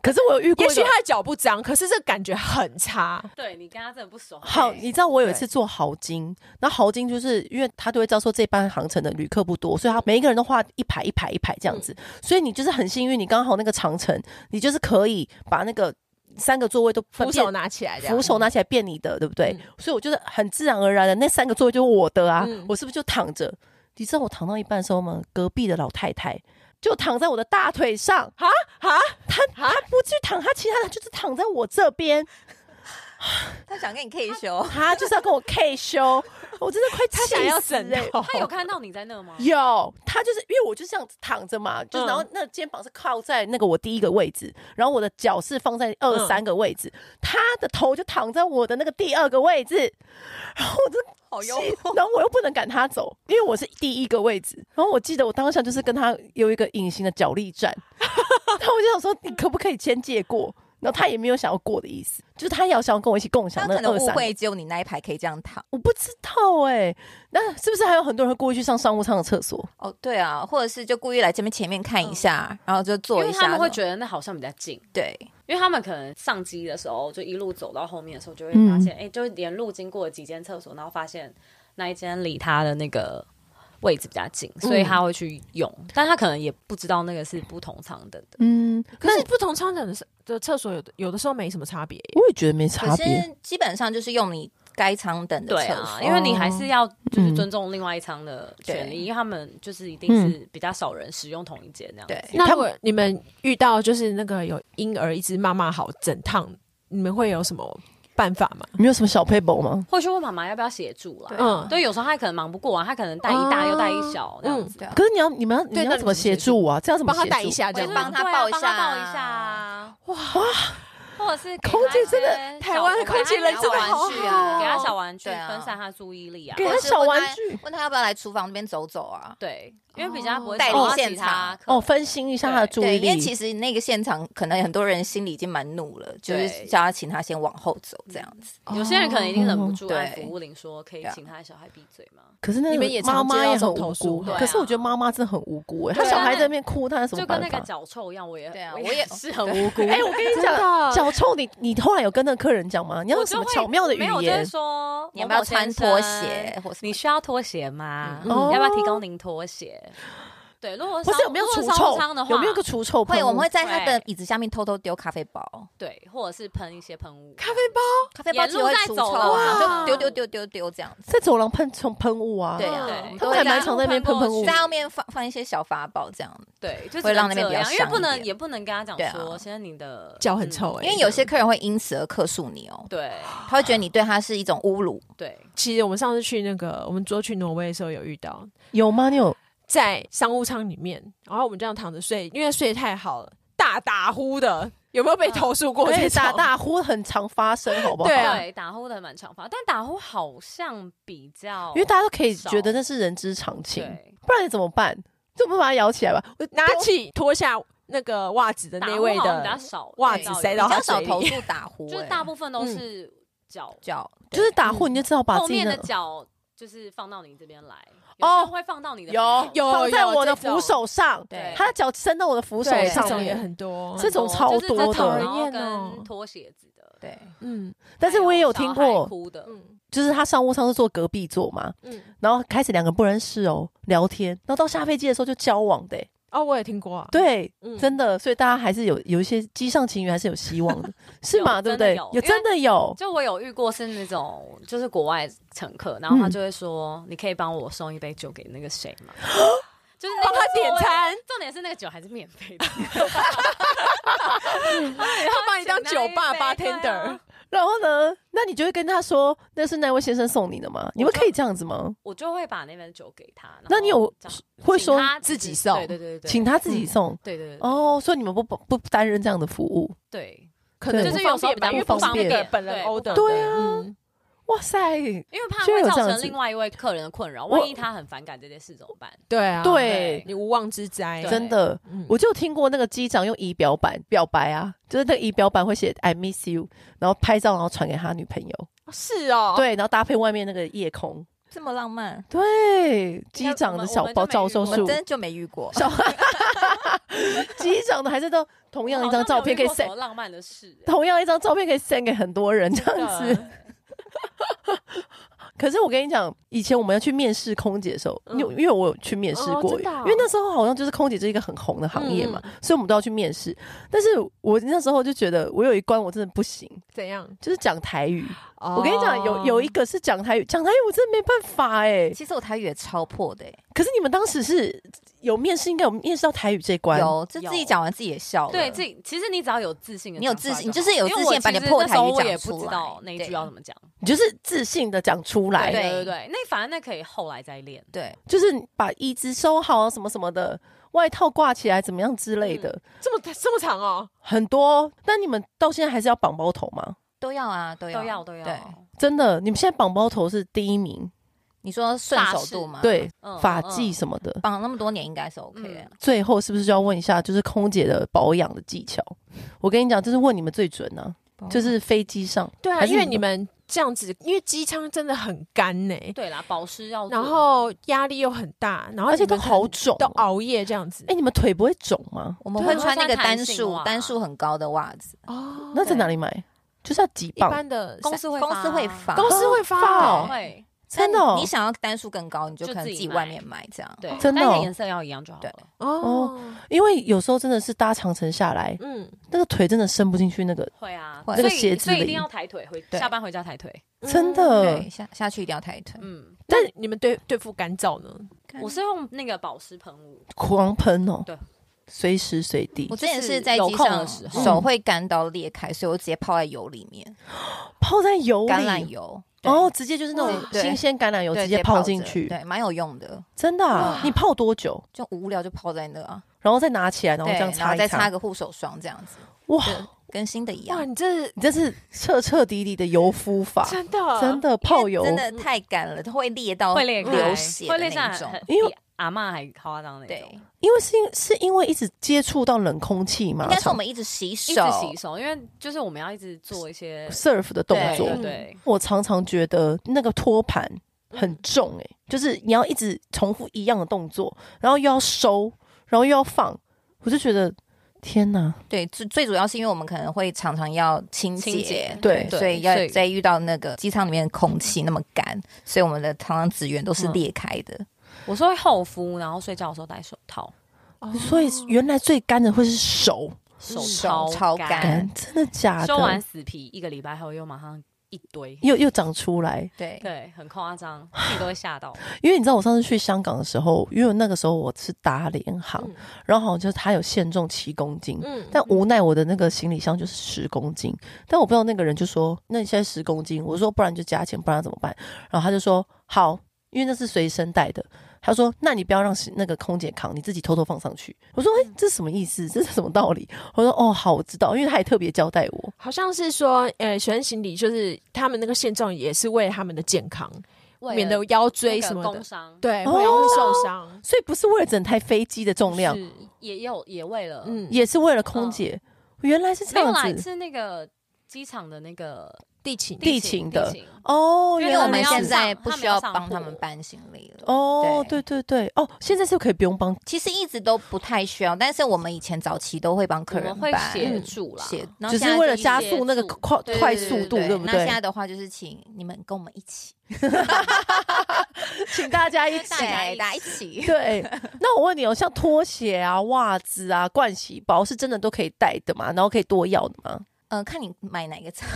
Speaker 1: 可是我有遇过
Speaker 2: 也
Speaker 1: 一
Speaker 2: 许
Speaker 1: 个，
Speaker 2: 她的脚不脏，可是这感觉很差。
Speaker 4: 对你跟他真的不熟，
Speaker 1: 好，
Speaker 4: 对
Speaker 1: 你知道我有一次坐豪金，那豪金就是因为他都会知道说这班航程的旅客不多，所以他每一个人都画一排一排一排这样子，
Speaker 2: 嗯
Speaker 1: 所以你就是很幸运，你刚好那个长城，你就是可以把那个三个座位都分
Speaker 2: 扶
Speaker 1: 辨
Speaker 2: 手拿起来这样，
Speaker 1: 扶手拿起来变你的，对不对？
Speaker 2: 嗯
Speaker 1: 所以我就是很自然而然的，那三个座位就是我的啊，
Speaker 2: 嗯
Speaker 1: 我是不是就躺着？你知道我躺到一半的时候吗？隔壁的老太太就躺在我的大腿上，
Speaker 2: 哈哈，
Speaker 1: 她不去躺，她其他的就是躺在我这边，
Speaker 3: 他想跟你哦
Speaker 1: <laughs>
Speaker 3: K 修，
Speaker 1: 她就是要跟我 K 修，我真的快
Speaker 2: 她
Speaker 1: 气
Speaker 2: 想要
Speaker 1: 死
Speaker 2: 枕
Speaker 1: 欸
Speaker 2: 头，
Speaker 4: 他有看到你在那吗？
Speaker 1: 有，他就是因为我就这样子躺着嘛，就
Speaker 2: 嗯
Speaker 1: 然后那肩膀是靠在那个我第一个位置，然后我的脚是放在二
Speaker 2: 嗯
Speaker 1: 三个位置，他的头就躺在我的那个第二个位置，然后我就
Speaker 3: 好
Speaker 1: 气 <laughs> 然后我又不能赶他走，因为我是第一个位置。然后我记得我当下就是跟他有一个隐形的角力战， <laughs> 然后我就想说你可不可以先借过？然后他也没有想要过的意思，就是他也要想要跟我一起共享
Speaker 3: <laughs> 他
Speaker 1: 那个
Speaker 3: 可能
Speaker 1: 二
Speaker 3: 误
Speaker 1: 三个
Speaker 3: 会只有你那一排可以这样躺。
Speaker 1: 我不知道哎、那是不是还有很多人会故意去上商务舱的厕所？
Speaker 3: 哦，对啊，或者是就故意来这边前面看一下，然后就
Speaker 4: 因
Speaker 3: 坐
Speaker 4: 为
Speaker 3: 一下。
Speaker 4: 他们会觉得那好像比较近，
Speaker 3: 对，
Speaker 4: 因为他们可能上机的时候就一路走到后面的时候，就会发现，哎、就是沿路经过几间厕所，然后发现那一间离他的那个位置比较近，所以他会去用，但他可能也不知道那个是不同舱等的。
Speaker 1: 嗯，
Speaker 2: 可是不同舱等的的厕所有的有的时候没什么差别耶，
Speaker 1: 我也觉得没差
Speaker 3: 可
Speaker 1: 别。
Speaker 3: 是基本上就是用你该舱等的
Speaker 4: 对
Speaker 3: 厕所
Speaker 4: 啊，。因为你还是要就是尊重另外一舱的权利，因为他们就是一定是比较少人使用同一间这样。
Speaker 3: 对，
Speaker 2: 那
Speaker 1: 他
Speaker 2: 如果你们遇到就是那个有婴儿一直骂骂好整趟，你们会有什么办法吗？
Speaker 1: 你有什么小 paper 吗？
Speaker 4: 或许问妈妈要不要协助
Speaker 3: 啊
Speaker 4: 啦。
Speaker 2: 嗯，
Speaker 4: 对，有哦嗯时候他可能忙不过啊，他可能带一大又带一小这样子。
Speaker 3: 对啊
Speaker 1: 可是你要你们要你
Speaker 2: 对
Speaker 1: 要
Speaker 2: 那
Speaker 1: 怎么
Speaker 2: 你怎
Speaker 1: 协
Speaker 2: 么协
Speaker 1: 助啊？这样怎么
Speaker 2: 帮他
Speaker 1: 协
Speaker 2: 带
Speaker 1: 助
Speaker 2: 一下这样
Speaker 3: 我就
Speaker 2: 子。
Speaker 3: 帮他
Speaker 4: 对啊
Speaker 3: 抱一
Speaker 4: 帮
Speaker 3: 下啊
Speaker 4: 抱一下，
Speaker 2: 哇，
Speaker 4: 或者是给
Speaker 1: 空
Speaker 4: 他
Speaker 1: 姐
Speaker 4: 一
Speaker 1: 真的
Speaker 4: 些
Speaker 2: 台
Speaker 4: 小
Speaker 2: 湾的
Speaker 4: 给
Speaker 2: 空
Speaker 4: 他
Speaker 2: 姐
Speaker 4: 一
Speaker 2: 人
Speaker 4: 些
Speaker 2: 真的
Speaker 4: 玩
Speaker 2: 好
Speaker 4: 具
Speaker 2: 好
Speaker 4: 给他小玩具，
Speaker 3: 对啊
Speaker 4: 分散他注意力啊。
Speaker 1: 哦给
Speaker 3: 或
Speaker 1: 他
Speaker 3: 者是
Speaker 1: 小
Speaker 3: 问
Speaker 1: 玩
Speaker 3: 他
Speaker 1: 具
Speaker 3: 问他要不要来厨房那边走走啊？
Speaker 4: 对，因为比较不会
Speaker 3: 带
Speaker 4: 吵
Speaker 3: 离
Speaker 4: 到
Speaker 3: 现
Speaker 4: 其
Speaker 3: 场
Speaker 4: 他客
Speaker 1: 哦，
Speaker 4: 人
Speaker 1: 分心一下他的注
Speaker 3: 对，
Speaker 1: 意
Speaker 3: 因为
Speaker 1: 力。
Speaker 3: 其实那个现场可能很多人心里已经蛮怒了，就是
Speaker 4: 对
Speaker 3: 叫他请他先往后走这样子。
Speaker 4: 有些人可能一定忍不住
Speaker 1: 哦
Speaker 3: 对
Speaker 4: 按服务铃说，可以
Speaker 3: 对啊
Speaker 4: 请他的小孩闭嘴吗？
Speaker 1: 可是那
Speaker 2: 你
Speaker 1: 个
Speaker 2: 们也
Speaker 1: 妈
Speaker 2: 常
Speaker 1: 妈
Speaker 2: 接到
Speaker 1: 也
Speaker 2: 这
Speaker 1: 很
Speaker 2: 种
Speaker 1: 无
Speaker 2: 投诉
Speaker 1: 辜，
Speaker 4: 对啊
Speaker 1: 可是我觉得妈妈真的很无辜哎，她
Speaker 4: 对啊
Speaker 1: 小孩在那边哭，她有什么
Speaker 4: 就跟
Speaker 1: 办
Speaker 4: 那个
Speaker 1: 法？
Speaker 4: 脚臭一样，我也
Speaker 3: 对啊
Speaker 4: 我
Speaker 3: 我也
Speaker 4: 是很
Speaker 1: <laughs>
Speaker 4: 无辜。
Speaker 1: 哎，我跟你
Speaker 2: 真的
Speaker 1: 讲，脚臭你你后来有跟那个客人讲吗？你要
Speaker 4: 我
Speaker 1: 用
Speaker 4: 就
Speaker 1: 什么
Speaker 4: 会
Speaker 1: 巧妙的语
Speaker 4: 没有，我就会
Speaker 1: 言？
Speaker 4: 说
Speaker 3: 你要不要穿拖鞋？或是
Speaker 4: 你需要拖鞋吗？
Speaker 1: 嗯哦
Speaker 4: 要不要提供您拖鞋？
Speaker 3: <laughs>
Speaker 4: 对，如果
Speaker 1: 不是有没有
Speaker 4: 烧
Speaker 1: 除
Speaker 4: 如果烧
Speaker 1: 臭
Speaker 4: 伤的？话，
Speaker 1: 有没有个除臭喷
Speaker 3: 会，
Speaker 1: 雾？
Speaker 3: 我们会在他的
Speaker 4: 对
Speaker 3: 椅子下面偷偷丢咖啡包，
Speaker 4: 对，或者是喷一些喷雾？
Speaker 2: 咖啡包
Speaker 3: 咖啡包
Speaker 4: 哦沿
Speaker 3: 其
Speaker 4: 路
Speaker 3: 实会
Speaker 4: 在
Speaker 3: 除
Speaker 4: 走
Speaker 3: 臭
Speaker 4: 廊
Speaker 3: 啊，
Speaker 2: 哇
Speaker 3: 就丢丢丢丢丢这样子。
Speaker 1: 在走廊喷冲喷雾啊。
Speaker 3: 对啊
Speaker 4: 对，
Speaker 1: 他们还蛮常在那边喷喷雾
Speaker 3: 在后面放放一些小法宝这样，
Speaker 4: 对，就
Speaker 3: 会让那
Speaker 4: 只
Speaker 3: 边
Speaker 4: 能
Speaker 3: 比较
Speaker 4: 这样，因为不
Speaker 3: 香一
Speaker 4: 能
Speaker 3: 点
Speaker 4: 也不能跟他讲
Speaker 3: 对啊
Speaker 4: 说，现在你的
Speaker 2: 脚很臭
Speaker 1: 欸
Speaker 4: 嗯
Speaker 2: 哎，
Speaker 3: 因为有些客人会因此而客诉你哦，
Speaker 4: 对
Speaker 3: 他会觉得你对他是一种侮辱。
Speaker 4: 对，
Speaker 2: 其实我们上次去那个我们昨天去挪威的时候有遇到，
Speaker 1: 有吗？你有
Speaker 2: 在商务舱里面，然后我们这样躺着睡，因为睡太好了，大打呼的，有没有被投诉过 <laughs>
Speaker 1: 而
Speaker 2: 这
Speaker 1: 且
Speaker 2: 种？
Speaker 1: 打大呼很常发生，好不好？
Speaker 2: 对啊
Speaker 4: 对，打呼的蛮常发，但打呼好像比较，
Speaker 1: 因为大家都可以觉得
Speaker 4: 少
Speaker 1: 那是人之常情，
Speaker 4: 对
Speaker 1: 不然你怎么办？就不把它摇起来吧。我
Speaker 2: 拿起脱下那个袜子的
Speaker 4: 打
Speaker 2: 那
Speaker 4: 呼
Speaker 2: 位
Speaker 4: 好像比较
Speaker 2: 的，
Speaker 4: 少
Speaker 2: 袜
Speaker 4: 遇
Speaker 2: 子
Speaker 4: 到有
Speaker 2: 塞
Speaker 3: 比
Speaker 4: 人
Speaker 2: 到他
Speaker 3: 较
Speaker 2: 嘴
Speaker 3: 少
Speaker 2: 里
Speaker 3: 投诉打呼、
Speaker 4: <laughs> 就是
Speaker 3: 欸
Speaker 4: 大部分都
Speaker 2: 嗯
Speaker 4: 是脚，
Speaker 3: 脚，对
Speaker 1: 就是打呼，你就知道把
Speaker 4: 后
Speaker 1: 自己
Speaker 4: 面
Speaker 1: 的
Speaker 4: 的脚就是放到你这边来，
Speaker 1: 哦
Speaker 4: 有时候会放到你的
Speaker 1: 有
Speaker 4: 扶手
Speaker 2: 有
Speaker 1: 放在我的
Speaker 2: 这种
Speaker 1: 扶手上，
Speaker 4: 对
Speaker 1: 他的脚伸到我的扶手
Speaker 2: 对，这
Speaker 1: 上
Speaker 2: 种也
Speaker 1: 面。
Speaker 2: 很多。
Speaker 1: 这种超
Speaker 4: 就是这
Speaker 1: 多
Speaker 4: 种
Speaker 1: 的
Speaker 4: 然后
Speaker 2: 讨厌哦
Speaker 4: 跟拖鞋子的，
Speaker 3: 对，
Speaker 2: 嗯
Speaker 1: 但是我也有听
Speaker 4: 还小
Speaker 1: 过
Speaker 4: 孩，哭的，
Speaker 2: 嗯
Speaker 1: 就是他上务舱是坐隔壁座嘛，
Speaker 2: 嗯，
Speaker 1: 然后开始两个人不认识哦，聊天，然后到下飞机的时候就交往的欸、
Speaker 2: 哦，我也听过啊，
Speaker 1: 对，
Speaker 2: 嗯
Speaker 1: 真的，所以大家还是有有一些机上情缘还是有希望的，是吗？
Speaker 4: 有
Speaker 1: 对不
Speaker 4: 真的
Speaker 1: 对
Speaker 4: 有？
Speaker 1: 有真的有，
Speaker 4: 就我有遇过是那种就是国外乘客，然后他
Speaker 1: 嗯
Speaker 4: 就会说：“你可以帮我送一杯酒给那个谁
Speaker 1: <gasps>
Speaker 4: 吗？”就是那
Speaker 2: 帮
Speaker 4: 个
Speaker 2: 他点
Speaker 4: 座位
Speaker 2: 餐，
Speaker 4: 重点是那个酒还是免费的，
Speaker 2: 他把你当酒吧
Speaker 4: 请那一杯啊
Speaker 2: bartender，
Speaker 1: 然后呢？那你就会跟他说那是那位先生送你的吗？你们可以这样子吗？
Speaker 4: 我就会把那杯酒给他。然后
Speaker 1: 那你有
Speaker 4: 这样
Speaker 1: 会
Speaker 4: 请
Speaker 1: 说
Speaker 4: 他
Speaker 2: 自己送
Speaker 4: 对对对对对，嗯
Speaker 1: 请他自己送
Speaker 4: 对对对对
Speaker 1: 哦，所以你们不不不担任这样的服务。
Speaker 4: 对，
Speaker 2: 可
Speaker 1: 对
Speaker 2: 能就是有点吧，因为不
Speaker 1: 不方
Speaker 2: 方
Speaker 1: 便
Speaker 2: 便本人
Speaker 4: 对
Speaker 2: order 的。
Speaker 1: 对啊
Speaker 2: 嗯
Speaker 1: 哇塞，对
Speaker 4: 因为怕
Speaker 1: 就
Speaker 4: 会
Speaker 1: 有
Speaker 4: 造
Speaker 1: 这样
Speaker 4: 成
Speaker 1: 子
Speaker 4: 另外一位客人的困扰，
Speaker 1: 我
Speaker 4: 万一他很反感这件事怎么办？
Speaker 2: 对啊，
Speaker 1: 对
Speaker 2: 你无妄之灾，
Speaker 4: 对
Speaker 1: 真的，
Speaker 2: 嗯
Speaker 1: 我就听过那个机长用仪表板表白啊，就是那个仪表板会写 I miss you，然后拍照然后传给他女朋友，
Speaker 2: 是哦，
Speaker 1: 对，然后搭配外面那个夜空，
Speaker 3: 这么浪漫，
Speaker 1: 对，机长
Speaker 4: 我
Speaker 1: 的
Speaker 4: 们
Speaker 1: 小
Speaker 4: 我们
Speaker 1: 包
Speaker 4: 就没
Speaker 1: 照
Speaker 4: 遇
Speaker 1: 手
Speaker 4: 过
Speaker 3: 我
Speaker 1: 术
Speaker 4: <laughs>
Speaker 3: 真，的就没遇过。
Speaker 1: 小 <laughs> 机长的还是都同样一张照片可以
Speaker 4: 我哦好像没有遇过什
Speaker 1: send，
Speaker 4: 么浪漫的事，欸
Speaker 1: 同样一张照片可以 send 给很多人这样子。可是我跟你讲，以前我们要去面试空姐的时候，
Speaker 2: 嗯
Speaker 1: 因为因为我有去面试
Speaker 2: 哦
Speaker 1: 过，
Speaker 2: 真的哦嗯
Speaker 1: 因为那时候好像就是空姐是一个很红的行业嘛，所以我们都要去面试。但是我那时候就觉得，我有一关我真的不行，
Speaker 2: 怎样？哦
Speaker 1: 就是讲台语。
Speaker 2: 我
Speaker 1: 我跟你讲，有有一个是讲台语，讲台语我真的没办法哎、
Speaker 2: 嗯
Speaker 3: 其实我台语也超破的、欸，
Speaker 1: 可是你们当时是有面试，应该有面试到台语这一关。
Speaker 3: 有就自己
Speaker 4: 有
Speaker 3: 讲完自己也笑了。
Speaker 4: 对，自己其实你只要有自信的
Speaker 3: 你有
Speaker 4: 讲出
Speaker 3: 自
Speaker 4: 来就好，
Speaker 3: 信，你就是有
Speaker 4: 因为
Speaker 3: 自
Speaker 4: 我
Speaker 3: 信把你
Speaker 4: 其实
Speaker 3: 破
Speaker 4: 那
Speaker 3: 台
Speaker 4: 时候
Speaker 3: 语
Speaker 4: 我
Speaker 3: 讲
Speaker 4: 也
Speaker 3: 出
Speaker 4: 不知
Speaker 3: 来
Speaker 4: 道那一句
Speaker 3: 对
Speaker 4: 要怎么讲。
Speaker 1: 你就是自信的讲出来，
Speaker 4: 对
Speaker 3: 对
Speaker 4: 对对，那反正那可以后来再练。
Speaker 3: 对，
Speaker 1: 就是把椅子收好啊，什么什么的，外套挂起来怎么样之类的，
Speaker 2: 这么这么长哦，
Speaker 1: 很多。但你们到现在还是要绑包头吗？
Speaker 3: 都要啊，都要
Speaker 4: 都要都要，
Speaker 3: 对，
Speaker 1: 真的，你们现在绑包头是第一名，
Speaker 3: 你说顺
Speaker 4: 法
Speaker 3: 手
Speaker 4: 式
Speaker 3: 度吗？，
Speaker 1: 对，
Speaker 4: 嗯
Speaker 1: 发髻
Speaker 4: 嗯
Speaker 1: 什么的。
Speaker 3: 绑那么多年应该是 OK 的。
Speaker 1: 最后是不是就要问一下，就是空姐的保养的技巧？我跟你讲，就是问你们最准呢、
Speaker 3: 保
Speaker 1: 啊，
Speaker 3: 养
Speaker 1: 就是飞机上，
Speaker 2: 对啊，
Speaker 1: 还是
Speaker 2: 因为你们这样子，因为机舱真的很干呢，
Speaker 4: 对啦，保湿要做，
Speaker 2: 然后压力又很大，然后
Speaker 1: 而且
Speaker 2: 你们
Speaker 1: 都好肿哦
Speaker 2: 都熬夜这样子
Speaker 1: 哎、，你们腿不会肿吗？
Speaker 3: 我们
Speaker 4: 对
Speaker 3: 会
Speaker 4: 我会
Speaker 3: 穿那
Speaker 4: 穿
Speaker 3: 个
Speaker 4: 弹
Speaker 3: 单
Speaker 4: 性
Speaker 3: 数
Speaker 4: 袜
Speaker 3: 单数很高的袜子，
Speaker 2: 哦
Speaker 1: 那在哪里买？就是要几
Speaker 2: 一
Speaker 1: 磅？
Speaker 2: 般的
Speaker 4: 公司会
Speaker 3: 公司
Speaker 4: 发
Speaker 3: 会
Speaker 4: 啊
Speaker 3: 发，
Speaker 2: 公司会发
Speaker 1: 哦
Speaker 2: 哦，
Speaker 4: 会
Speaker 1: 真的哦
Speaker 3: 你想要单数更高，你就
Speaker 4: 就
Speaker 3: 可能
Speaker 4: 自
Speaker 3: 自
Speaker 4: 己
Speaker 3: 己
Speaker 4: 买
Speaker 3: 外面买这样。
Speaker 4: 对，
Speaker 1: 真的
Speaker 4: 但是
Speaker 1: 哦
Speaker 4: 颜色要一样就好
Speaker 3: 对
Speaker 4: 了。
Speaker 2: 哦，
Speaker 1: 因为有时候真的是搭长城下来，
Speaker 2: 嗯，
Speaker 1: 那个腿真的伸不进去，那个
Speaker 4: 会啊，
Speaker 3: 会
Speaker 4: 所
Speaker 1: 那
Speaker 4: 以
Speaker 1: 个鞋子
Speaker 4: 所以一
Speaker 1: 里
Speaker 4: 定要抬腿，回
Speaker 3: 对
Speaker 4: 下班回家抬腿。
Speaker 1: 真的
Speaker 3: 嗯对，下下去一定要抬腿。
Speaker 4: 嗯，
Speaker 2: 但你们对对付干燥呢？
Speaker 4: 我是用那个保湿喷雾，
Speaker 1: 狂喷哦，
Speaker 4: 对，
Speaker 1: 随时随地
Speaker 3: 我之前
Speaker 4: 就是
Speaker 3: 是在
Speaker 4: 有
Speaker 3: 机
Speaker 4: 空
Speaker 3: 上
Speaker 4: 的时候
Speaker 3: 手会干到裂开，所以我直接泡在油里面，
Speaker 1: 泡在油里，
Speaker 3: 橄榄油。对
Speaker 1: 哦，，直接就是那种
Speaker 3: 对
Speaker 1: 新鲜橄榄油
Speaker 3: 对
Speaker 1: 直接泡进去
Speaker 3: 着，对，蛮有用的。
Speaker 1: 真的啊？你泡多久？
Speaker 3: 就无聊就泡在那啊，
Speaker 1: 然后再拿起来，然后
Speaker 3: 对，
Speaker 1: 这样
Speaker 3: 然
Speaker 1: 擦
Speaker 3: 后
Speaker 1: 一
Speaker 3: 再擦个护手霜这样子，
Speaker 1: 哇，
Speaker 3: 就跟新的一
Speaker 2: 哇，
Speaker 3: 样。
Speaker 2: 你这
Speaker 1: 你这是彻彻底底的油敷法，
Speaker 2: 真的
Speaker 1: 真的泡油。
Speaker 3: 真的太干了，它会裂到
Speaker 4: 会裂开
Speaker 3: 哦流血
Speaker 4: 会
Speaker 3: 的
Speaker 4: 裂下
Speaker 3: 那
Speaker 4: 来
Speaker 3: 种。
Speaker 4: 很，
Speaker 1: 因为
Speaker 4: 比阿嬷还夸张那种
Speaker 3: 对。，
Speaker 1: 因为是因是因为一直接触到冷空气嘛，
Speaker 3: 应该是我们一直洗
Speaker 4: 一
Speaker 3: 手
Speaker 4: 直，洗手，因为就是我们要一直做一些
Speaker 1: 常 surf 的动
Speaker 4: 对
Speaker 1: 作。
Speaker 4: 对对，
Speaker 1: 我常常觉得那个托盘很重、欸，就是你要一直重复一样的动作，然后又要收，然后又要放，我就觉得天哪，
Speaker 3: 对，最最主要是因为我们可能会常常要清
Speaker 4: 清洁
Speaker 3: 洁，
Speaker 1: 对
Speaker 4: 对
Speaker 3: 所以要
Speaker 4: 所以
Speaker 3: 在遇到那个机舱里面的空气那么干，所以我们的常常纸源都是裂开的。
Speaker 4: 我是会厚敷，然后睡觉的时候戴手套，
Speaker 2: 哦
Speaker 1: 所以原来最干的会是手
Speaker 4: 手
Speaker 3: 手
Speaker 4: 超
Speaker 3: 超
Speaker 4: 干
Speaker 2: 哎
Speaker 4: 啊
Speaker 3: 干，
Speaker 1: 干，真的假
Speaker 4: 修完
Speaker 1: 的？
Speaker 4: 死皮一个礼拜后又马上一 <laughs> 堆，
Speaker 1: 又又长出来，
Speaker 3: 对，
Speaker 4: 对，很夸张，自己都会吓 <sighs> 到。
Speaker 1: 因为你知道我上次去香港的时候，因为那个时候我是打联航，
Speaker 2: 嗯
Speaker 1: 然后好像就是它有限重七公斤，
Speaker 2: 嗯
Speaker 1: 但无奈我的那个行李箱就是十公斤，但我不知道那个人就说：“那你现在十公斤？”我说：“不然就加钱，不然怎么办？”然后他就说：“好，因为那是随身带的。”他说：“那你不要让那个空姐扛，你自己偷偷放上去。”我说：“哎、这是什么意思？这是什么道理？”我说：“哦，好，我知道，因为他也特别交代我。
Speaker 2: 好像是说，呃，学生行李就是他们那个现状也是为了他们的健康，免得腰椎什么的
Speaker 4: 工，伤，
Speaker 2: 对，
Speaker 1: 哦
Speaker 2: 会容易受伤。
Speaker 1: 所以不是为了整台飞机的重量，
Speaker 2: 是，
Speaker 4: 也有也为了，嗯，
Speaker 2: 嗯，
Speaker 1: 也是为了空姐。
Speaker 3: 嗯
Speaker 1: 原来是这
Speaker 4: 没有啦
Speaker 1: 样，子
Speaker 4: 是那个机场的那个
Speaker 2: 地勤
Speaker 3: 啊
Speaker 1: 地勤的
Speaker 4: 地勤
Speaker 1: 哦，
Speaker 4: 因
Speaker 3: 因
Speaker 1: 原
Speaker 3: 为
Speaker 1: 来
Speaker 3: 我们
Speaker 1: 如此
Speaker 3: 现在不需要
Speaker 4: 他们要上
Speaker 3: 帮他们
Speaker 4: 货
Speaker 3: 搬行李了。
Speaker 1: 哦，对
Speaker 3: 对
Speaker 1: 对对哦，现在是可以不用帮
Speaker 3: 其实一直都不太需要，但是我们以前早期都会帮
Speaker 4: 我
Speaker 3: 客人
Speaker 4: 们会
Speaker 3: 搬
Speaker 4: 协助啦，
Speaker 3: 协，然
Speaker 1: 只
Speaker 3: 后现
Speaker 1: 是
Speaker 3: 在
Speaker 1: 为了
Speaker 3: 就
Speaker 1: 加
Speaker 4: 一
Speaker 1: 速
Speaker 4: 些
Speaker 1: 那个
Speaker 4: 速
Speaker 1: 快
Speaker 3: 对对
Speaker 1: 快速
Speaker 3: 对
Speaker 1: 度，
Speaker 3: 对
Speaker 1: 对不
Speaker 3: 那现
Speaker 1: 对？ <laughs>
Speaker 3: 在的话就是请你们跟我们一起，
Speaker 1: 请大家一
Speaker 4: 大家
Speaker 3: <laughs>
Speaker 4: 一
Speaker 3: 对 <laughs>
Speaker 4: 起
Speaker 3: 大家一 <laughs> 起。
Speaker 1: 对，那我问你哦，像拖鞋啊、袜子啊、盥洗包是真的都可以带的吗？然后可以多要的吗？
Speaker 3: 嗯，看你买哪个仓，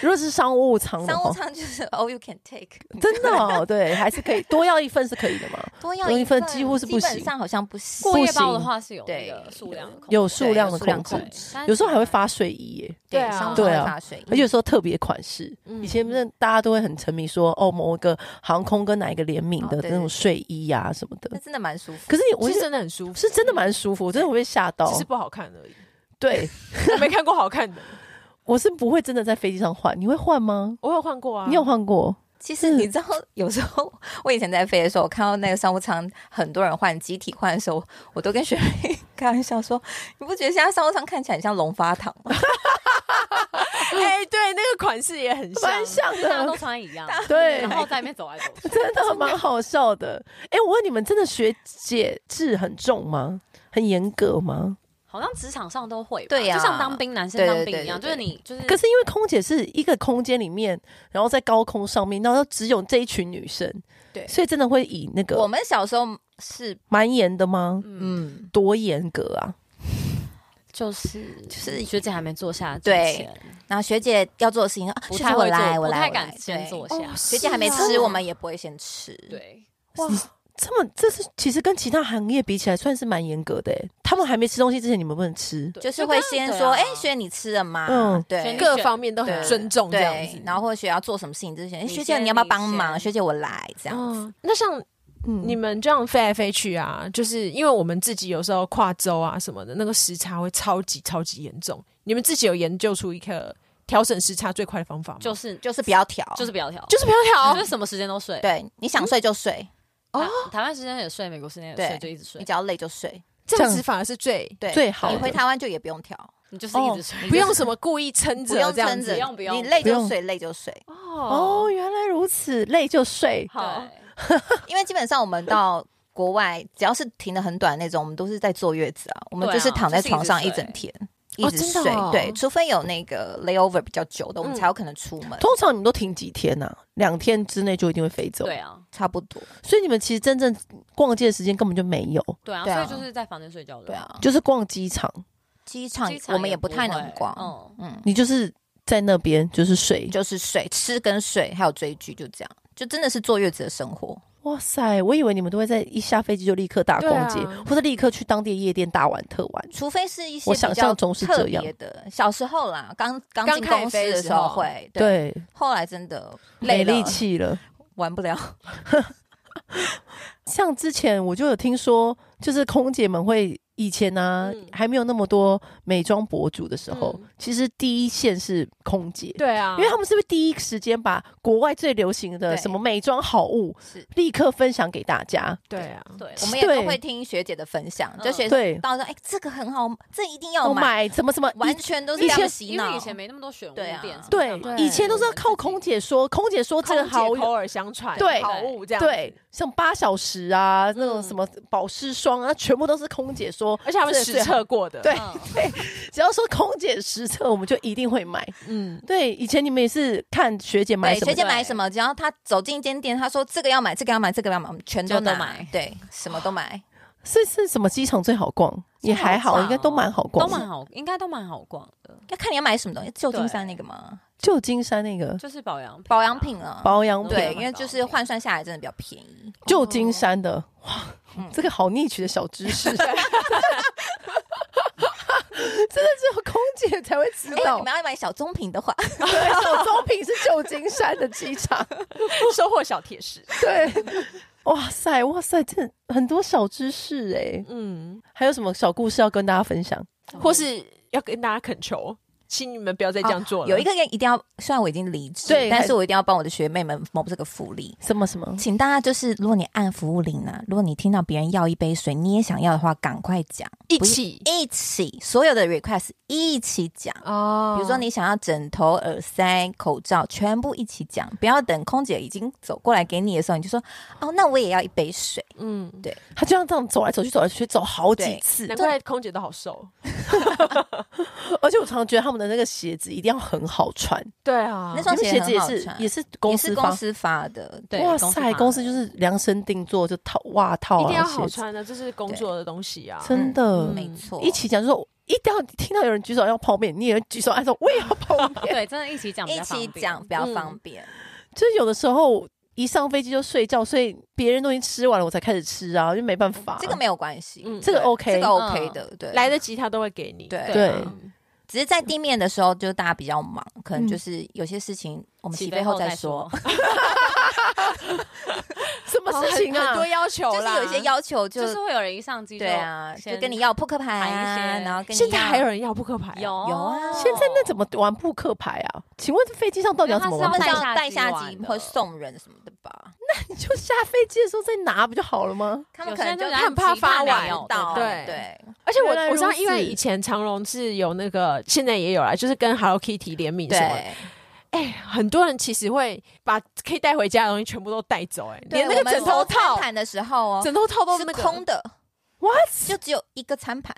Speaker 1: 如果是商务舱的
Speaker 3: 商务
Speaker 1: 话，
Speaker 3: 舱就是 all you can take，
Speaker 1: 真的哦，对，还是可以多要一份是可以的
Speaker 3: <laughs>
Speaker 1: 嘛？
Speaker 3: 多要
Speaker 1: 多一
Speaker 3: 一
Speaker 1: 份
Speaker 3: 份
Speaker 1: 几乎是不
Speaker 3: 基本
Speaker 1: 行
Speaker 3: 上好像不行。
Speaker 4: 过
Speaker 1: 不
Speaker 4: 夜包的
Speaker 1: 行
Speaker 4: 话是有那
Speaker 3: 对
Speaker 4: 个数量的控制，
Speaker 1: 有数量的
Speaker 3: 有数
Speaker 1: 控
Speaker 3: 量
Speaker 1: 制
Speaker 3: 控，
Speaker 4: 制但
Speaker 1: 有时候还会
Speaker 4: 是
Speaker 1: 发睡衣耶，
Speaker 2: 对啊
Speaker 3: 商务舱
Speaker 1: 对
Speaker 3: 会
Speaker 1: 啊
Speaker 3: 发水
Speaker 1: 而且有时候特别款式。
Speaker 2: 嗯
Speaker 1: 以前那大家都会很沉迷说哦，某一个航空跟哪一个联名的
Speaker 3: 哦
Speaker 1: 那
Speaker 3: 对对
Speaker 1: 种
Speaker 3: 对
Speaker 1: 睡衣啊什么
Speaker 3: 那
Speaker 1: 的。
Speaker 3: 真的蛮舒服。
Speaker 1: 可是我
Speaker 2: 是
Speaker 1: 是
Speaker 2: 真的很舒服，
Speaker 1: 是真的蛮舒服，我真的会哦被吓到
Speaker 2: 只。是不好看而已。 <laughs>
Speaker 1: 对，
Speaker 2: 我没看过好看的，
Speaker 1: 我是不会真的在飞机上换，你会换吗？
Speaker 2: 我有换过啊。
Speaker 1: 你有换过？
Speaker 3: 其实你知道，有时候我以前在飞的时候，我看到那个商务舱很多人换集体换的时候，我都跟学妹 <laughs> 开玩笑说：“你不觉得现在商务舱看起来很像龙发堂吗
Speaker 2: <laughs> 哎，对，那个款式也很
Speaker 3: 啊
Speaker 2: 像
Speaker 1: 蛮。像
Speaker 4: 大家都
Speaker 1: 的，
Speaker 4: 穿一样，
Speaker 1: 对
Speaker 4: 然，后在里面走来走
Speaker 1: <laughs>
Speaker 4: 去，
Speaker 1: 真的蛮好笑的。哎、我问你们，真的学姐制很重吗？很严格吗？
Speaker 4: 好像职场上都会吧，
Speaker 3: 对呀
Speaker 4: 就像当兵男生
Speaker 3: 对对
Speaker 4: 当兵一样，就
Speaker 3: 对
Speaker 4: 是
Speaker 3: 对
Speaker 4: 你就是
Speaker 1: 可是因为空姐是一个空间里面，然后在高空上面，然后只有这一群女生，
Speaker 3: 对
Speaker 1: 所以真的会以那？”
Speaker 3: 我
Speaker 1: 个
Speaker 3: 们小时候是，
Speaker 1: 蛮严的吗？
Speaker 4: 嗯，
Speaker 3: 嗯，
Speaker 1: 多严格啊！
Speaker 4: 就是
Speaker 3: 就是
Speaker 4: 学姐还没坐下之
Speaker 3: 对
Speaker 4: 前，
Speaker 3: 然后学姐要做的事情啊，
Speaker 4: 不
Speaker 3: 学
Speaker 4: 太
Speaker 3: 姐我
Speaker 4: 会
Speaker 3: 来，
Speaker 4: 做，
Speaker 3: 我
Speaker 4: 不
Speaker 3: 来，
Speaker 4: 太
Speaker 3: 我
Speaker 4: 敢
Speaker 3: 来
Speaker 4: 先
Speaker 3: 对
Speaker 4: 坐下，
Speaker 3: 学姐还没
Speaker 2: 是
Speaker 3: 吃，
Speaker 2: 啊
Speaker 3: 我们也不会先吃。，
Speaker 4: 对，
Speaker 2: 哇，
Speaker 1: 这么，这是其实跟其他行业比起来，算是蛮严格的、欸。他们还没吃东西之前，你们不能吃。
Speaker 4: 对啊
Speaker 3: 就是会先说：“哎，学
Speaker 4: 学
Speaker 3: 姐你吃了吗？”
Speaker 1: 嗯
Speaker 3: 对，
Speaker 2: 各方面都很尊重这样子
Speaker 3: 对，。然后或者学姐要做什么事情之前，哎
Speaker 4: 你
Speaker 3: 学姐
Speaker 4: 先
Speaker 3: 你要不要
Speaker 4: 你
Speaker 3: 帮忙？
Speaker 4: 先
Speaker 3: 学姐我来这样子。
Speaker 2: 嗯，那像
Speaker 1: 嗯
Speaker 2: 你们这样飞来飞去啊，就是因为我们自己有时候跨州啊什么的，那个时差会超级超级严重。你们自己有研究出一个调整时差最快的方法吗？
Speaker 4: 就是
Speaker 3: 就是不要调，
Speaker 4: 就是不嗯要调，
Speaker 2: 就是不要调啊
Speaker 4: 就是什么时间都睡，
Speaker 3: 对你想睡就睡，
Speaker 4: 哦，台湾时间也睡，美国时间也睡，
Speaker 3: 对
Speaker 4: 就一直睡
Speaker 3: 你，只要累就睡。
Speaker 2: 这样子反而是最
Speaker 3: 对，
Speaker 1: 最好
Speaker 3: 你回
Speaker 1: 的
Speaker 3: 台湾就也不用调，
Speaker 4: 你就是一直睡，
Speaker 2: 不用什么故意撑
Speaker 3: 不
Speaker 2: 着
Speaker 3: 用
Speaker 2: 这样
Speaker 3: 撑
Speaker 2: 子
Speaker 3: 着，
Speaker 4: 不用不用
Speaker 3: 你累
Speaker 1: 不用
Speaker 3: 就睡，累就睡。
Speaker 1: 哦，原来如此，累就睡。
Speaker 4: 好，
Speaker 3: 因为基本上我们到国外，只要是停的很短那种，我们都是在坐月子啊，我们
Speaker 4: 对啊
Speaker 3: 就是躺在床上
Speaker 4: 就
Speaker 3: 一
Speaker 4: 是一直睡
Speaker 3: 整天。一直
Speaker 2: 真的
Speaker 3: 睡，
Speaker 2: 哦
Speaker 3: 对，除非有那个 layover 比较久的，我
Speaker 2: 嗯
Speaker 3: 们才有可能出门，
Speaker 1: 通常你们都停几天呐、啊？两天之内就一定会飞走。
Speaker 4: 对啊，
Speaker 3: 差不多，
Speaker 1: 所以你们其实真正逛街的时间根本就没有，
Speaker 4: 对啊，
Speaker 3: 对
Speaker 4: 所
Speaker 3: 啊
Speaker 4: 以就是在房间睡觉的，
Speaker 3: 对，啊。
Speaker 1: 就是逛机场，
Speaker 3: 机场
Speaker 4: 机场
Speaker 3: 我们
Speaker 4: 也
Speaker 3: 也不太
Speaker 4: 不会
Speaker 3: 能逛，
Speaker 4: 嗯
Speaker 3: 嗯，
Speaker 1: 你就是在那边就是睡。
Speaker 3: 就是睡、吃跟睡，还有追剧，就这样，就真的是坐月子的生活。
Speaker 1: 哇塞，我以为你们都会在一下飞机就立刻大逛街，
Speaker 2: 对啊
Speaker 1: 或者立刻去当地夜店大玩特玩。
Speaker 3: 除非是一些
Speaker 1: 我
Speaker 3: 比
Speaker 1: 想
Speaker 3: 较
Speaker 1: 象中是这
Speaker 3: 特
Speaker 1: 样
Speaker 3: 别的，小时候啦，刚刚
Speaker 2: 刚
Speaker 3: 进
Speaker 2: 开
Speaker 3: 公司
Speaker 2: 飞的
Speaker 3: 的
Speaker 2: 时
Speaker 3: 时候
Speaker 2: 候
Speaker 3: 会，对，
Speaker 1: 对，
Speaker 3: 后来真的
Speaker 1: 没
Speaker 3: 累了
Speaker 1: 力气了。
Speaker 3: 玩不了。
Speaker 1: 像之前我就有听说，就是空姐们会以前呢、啊
Speaker 2: 嗯
Speaker 1: 还没有那么多美妆博主的时候，
Speaker 2: 嗯
Speaker 1: 其实第一线是空姐。
Speaker 2: 对啊，
Speaker 1: 因为他们是不是第一时间把国外最流行的
Speaker 3: 对
Speaker 1: 什么美妆好物
Speaker 3: <laughs> 是，
Speaker 1: 立刻分享给大家？
Speaker 2: 对啊，
Speaker 4: 对，
Speaker 3: 我们也都
Speaker 1: 对
Speaker 3: 会听学姐的分享，就
Speaker 4: 嗯
Speaker 3: 学姐
Speaker 1: 对，
Speaker 3: 到时候哎，这个很好，这一定
Speaker 1: 我
Speaker 3: 要买，
Speaker 1: 买什么什么
Speaker 3: 完全都
Speaker 1: 以
Speaker 3: 是这
Speaker 1: 前
Speaker 3: 样洗
Speaker 4: 因为
Speaker 3: 脑
Speaker 4: 以。前没那么多选物
Speaker 3: 对啊
Speaker 4: 店什么
Speaker 1: 对
Speaker 4: 干嘛的，
Speaker 1: 以前都是要靠空姐说，空姐说这
Speaker 2: 空
Speaker 1: 个
Speaker 2: 姐
Speaker 1: 好
Speaker 2: 口
Speaker 1: 有。
Speaker 2: 耳相传，
Speaker 1: 对
Speaker 2: 好物这样，，
Speaker 1: 对，像八小时啊，那种什么保湿霜啊，全部都是空姐说，
Speaker 2: 而且他们
Speaker 1: 这个
Speaker 2: 实
Speaker 1: 最好。
Speaker 2: 测过的，
Speaker 1: 对
Speaker 4: 嗯
Speaker 1: 只要说空姐实测，我们就一定会买。
Speaker 2: 嗯，
Speaker 1: 对，以前你们也是看学姐买
Speaker 3: 对，
Speaker 1: 什
Speaker 3: 学
Speaker 1: 么，
Speaker 3: 姐买什么，只要她走进一间店，她说这个要买，这个要买，这个要买，我们全都
Speaker 4: 就都
Speaker 3: 拿
Speaker 4: 买
Speaker 3: 对，什么都买。
Speaker 1: 是是什么机场最好逛？也还
Speaker 4: 最好
Speaker 1: 好，
Speaker 4: 逛
Speaker 1: 应该都蛮好
Speaker 4: 都
Speaker 1: 逛。
Speaker 4: 蛮好，应该都蛮好逛的，
Speaker 3: 要看你要买什么东西，旧金
Speaker 4: 对
Speaker 3: 山那个吗？
Speaker 1: 旧金山那个
Speaker 4: 就是保养
Speaker 3: 保养
Speaker 4: 品
Speaker 3: 品啊，
Speaker 1: 保养品，
Speaker 3: 对，
Speaker 4: 对
Speaker 3: 因为就是换算下来真的比较便宜。
Speaker 1: 旧金山的，哇，
Speaker 3: 嗯
Speaker 1: <laughs> 这个好逆取的小知识，真的只有空姐才会知
Speaker 3: 如果
Speaker 1: 道
Speaker 3: 哎你。们要买小棕瓶的 <laughs> 话，
Speaker 1: 对，手中品是旧金山的机场。
Speaker 2: <laughs> 收获小贴士。
Speaker 1: 对，哇塞，哇塞，这很多小知识哎、
Speaker 2: 嗯，
Speaker 1: 还有什么小故事要跟大家分享？
Speaker 2: 或是要跟大家恳求，请你们不要再这样做了。
Speaker 3: 哦有一个一定要，虽然我已经离职
Speaker 1: 对，
Speaker 3: 但
Speaker 1: 还
Speaker 3: 是我一定要帮我的学妹们谋这个福利。
Speaker 1: 什么什么？
Speaker 3: 请大家就是，如果你按服务铃啊，如果你听到别人要一杯水，你也想要的话，赶快讲，
Speaker 2: 一起
Speaker 3: 一起所有的 request 一起讲。
Speaker 2: 哦
Speaker 3: 比如说你想要枕头、耳塞、口罩，全部一起讲，不要等空姐已经走过来给你的时候，你就说哦，那我也要一杯水。
Speaker 2: 嗯，
Speaker 1: 他就像这样走来走去，走来走去，走好几
Speaker 3: 对
Speaker 1: 次
Speaker 2: 难。怪空姐都好瘦。
Speaker 1: 而且我常常觉得他们的那个鞋子一定要很好穿，
Speaker 2: 对啊
Speaker 3: 那时
Speaker 1: 那
Speaker 3: 双
Speaker 1: 个
Speaker 3: 鞋
Speaker 1: 鞋子也
Speaker 3: 很好
Speaker 1: 是
Speaker 3: 穿
Speaker 1: 也是
Speaker 3: 也
Speaker 1: 公
Speaker 3: 是
Speaker 1: 司
Speaker 3: 公
Speaker 1: 方。
Speaker 3: 司发的，对，
Speaker 1: 哇
Speaker 3: 公司
Speaker 1: 塞，
Speaker 3: 发
Speaker 1: 公司就是量身定做，就套袜套
Speaker 2: 一
Speaker 1: 啊，
Speaker 2: 定要好
Speaker 1: 鞋子，
Speaker 2: 穿的，这是工作的东西啊。
Speaker 1: 真的。
Speaker 3: 嗯没错，
Speaker 1: 一起讲，就说一定要听到有人举手要泡
Speaker 3: <laughs>
Speaker 1: 面，你也举手按说我也要泡面。
Speaker 4: 哦对，真的一起讲比
Speaker 3: 一
Speaker 4: 较方
Speaker 3: 起
Speaker 4: 便，
Speaker 3: 讲比较
Speaker 2: 嗯
Speaker 3: 方便。
Speaker 1: 就是有的时候一上飞机就睡觉，所以别人都已经吃完了，我才开始吃啊，就没办法。
Speaker 3: <laughs> 这个没有关系，
Speaker 2: 嗯
Speaker 1: 这个
Speaker 3: 对
Speaker 1: OK
Speaker 3: 这个 OK 的，对。
Speaker 2: 来得及他都会给你。
Speaker 3: 对
Speaker 1: 对
Speaker 2: 啊
Speaker 3: 只是在地面的时候，就大家比较忙，可能就是有些事情我们嗯起飞后再说，
Speaker 1: 什么
Speaker 2: 哦
Speaker 1: 事情
Speaker 2: 很很
Speaker 1: 啊？
Speaker 2: 多要求
Speaker 3: 就是
Speaker 2: 啦，
Speaker 3: 有一些要求就
Speaker 4: <laughs> 就是会有人一上机就
Speaker 3: 对啊，
Speaker 4: 先
Speaker 3: 就跟你要扑克牌
Speaker 4: 谈一
Speaker 3: 啊，
Speaker 4: 些
Speaker 3: 然后跟你
Speaker 2: 现在
Speaker 3: 要
Speaker 2: 还有人要扑克牌啊，
Speaker 4: 有
Speaker 3: 有啊
Speaker 1: 现在那怎么玩扑克牌啊？请问这飞机上到底要怎么
Speaker 4: 没
Speaker 1: 玩
Speaker 3: 他
Speaker 4: 有
Speaker 1: 扑
Speaker 4: 它
Speaker 1: 克
Speaker 3: 们
Speaker 1: 牌？
Speaker 3: 是
Speaker 4: 是
Speaker 3: 要
Speaker 4: 要
Speaker 3: 带下
Speaker 4: 带下
Speaker 3: 级
Speaker 4: 级
Speaker 3: 会送人什么的吧？
Speaker 1: 你 <laughs> 就下飞机的时候再拿不就好了吗？
Speaker 3: 他
Speaker 4: 有
Speaker 3: 们
Speaker 4: 些
Speaker 3: 可能就
Speaker 4: 人
Speaker 2: 他很怕发
Speaker 4: 完
Speaker 3: 看不到，
Speaker 2: 对
Speaker 3: 对，
Speaker 2: 而且
Speaker 1: 原
Speaker 2: 我
Speaker 1: 来
Speaker 2: 我知道
Speaker 1: 如，此
Speaker 2: 因为以前长隆是有那个，现在也有啦，就是跟 Hello Kitty 联名什么的。
Speaker 3: 对，
Speaker 2: 哎、很多人其实会把可以带回家的东西全部都带走、哎，
Speaker 3: 对
Speaker 2: 连那
Speaker 3: 我
Speaker 2: 个
Speaker 3: 们
Speaker 2: 枕头
Speaker 3: 收餐
Speaker 2: 套，
Speaker 3: 盘的时候哦，
Speaker 2: 枕头套都
Speaker 3: 是
Speaker 2: 那个
Speaker 3: 空，的，
Speaker 1: What？
Speaker 3: 就只有一个餐盘，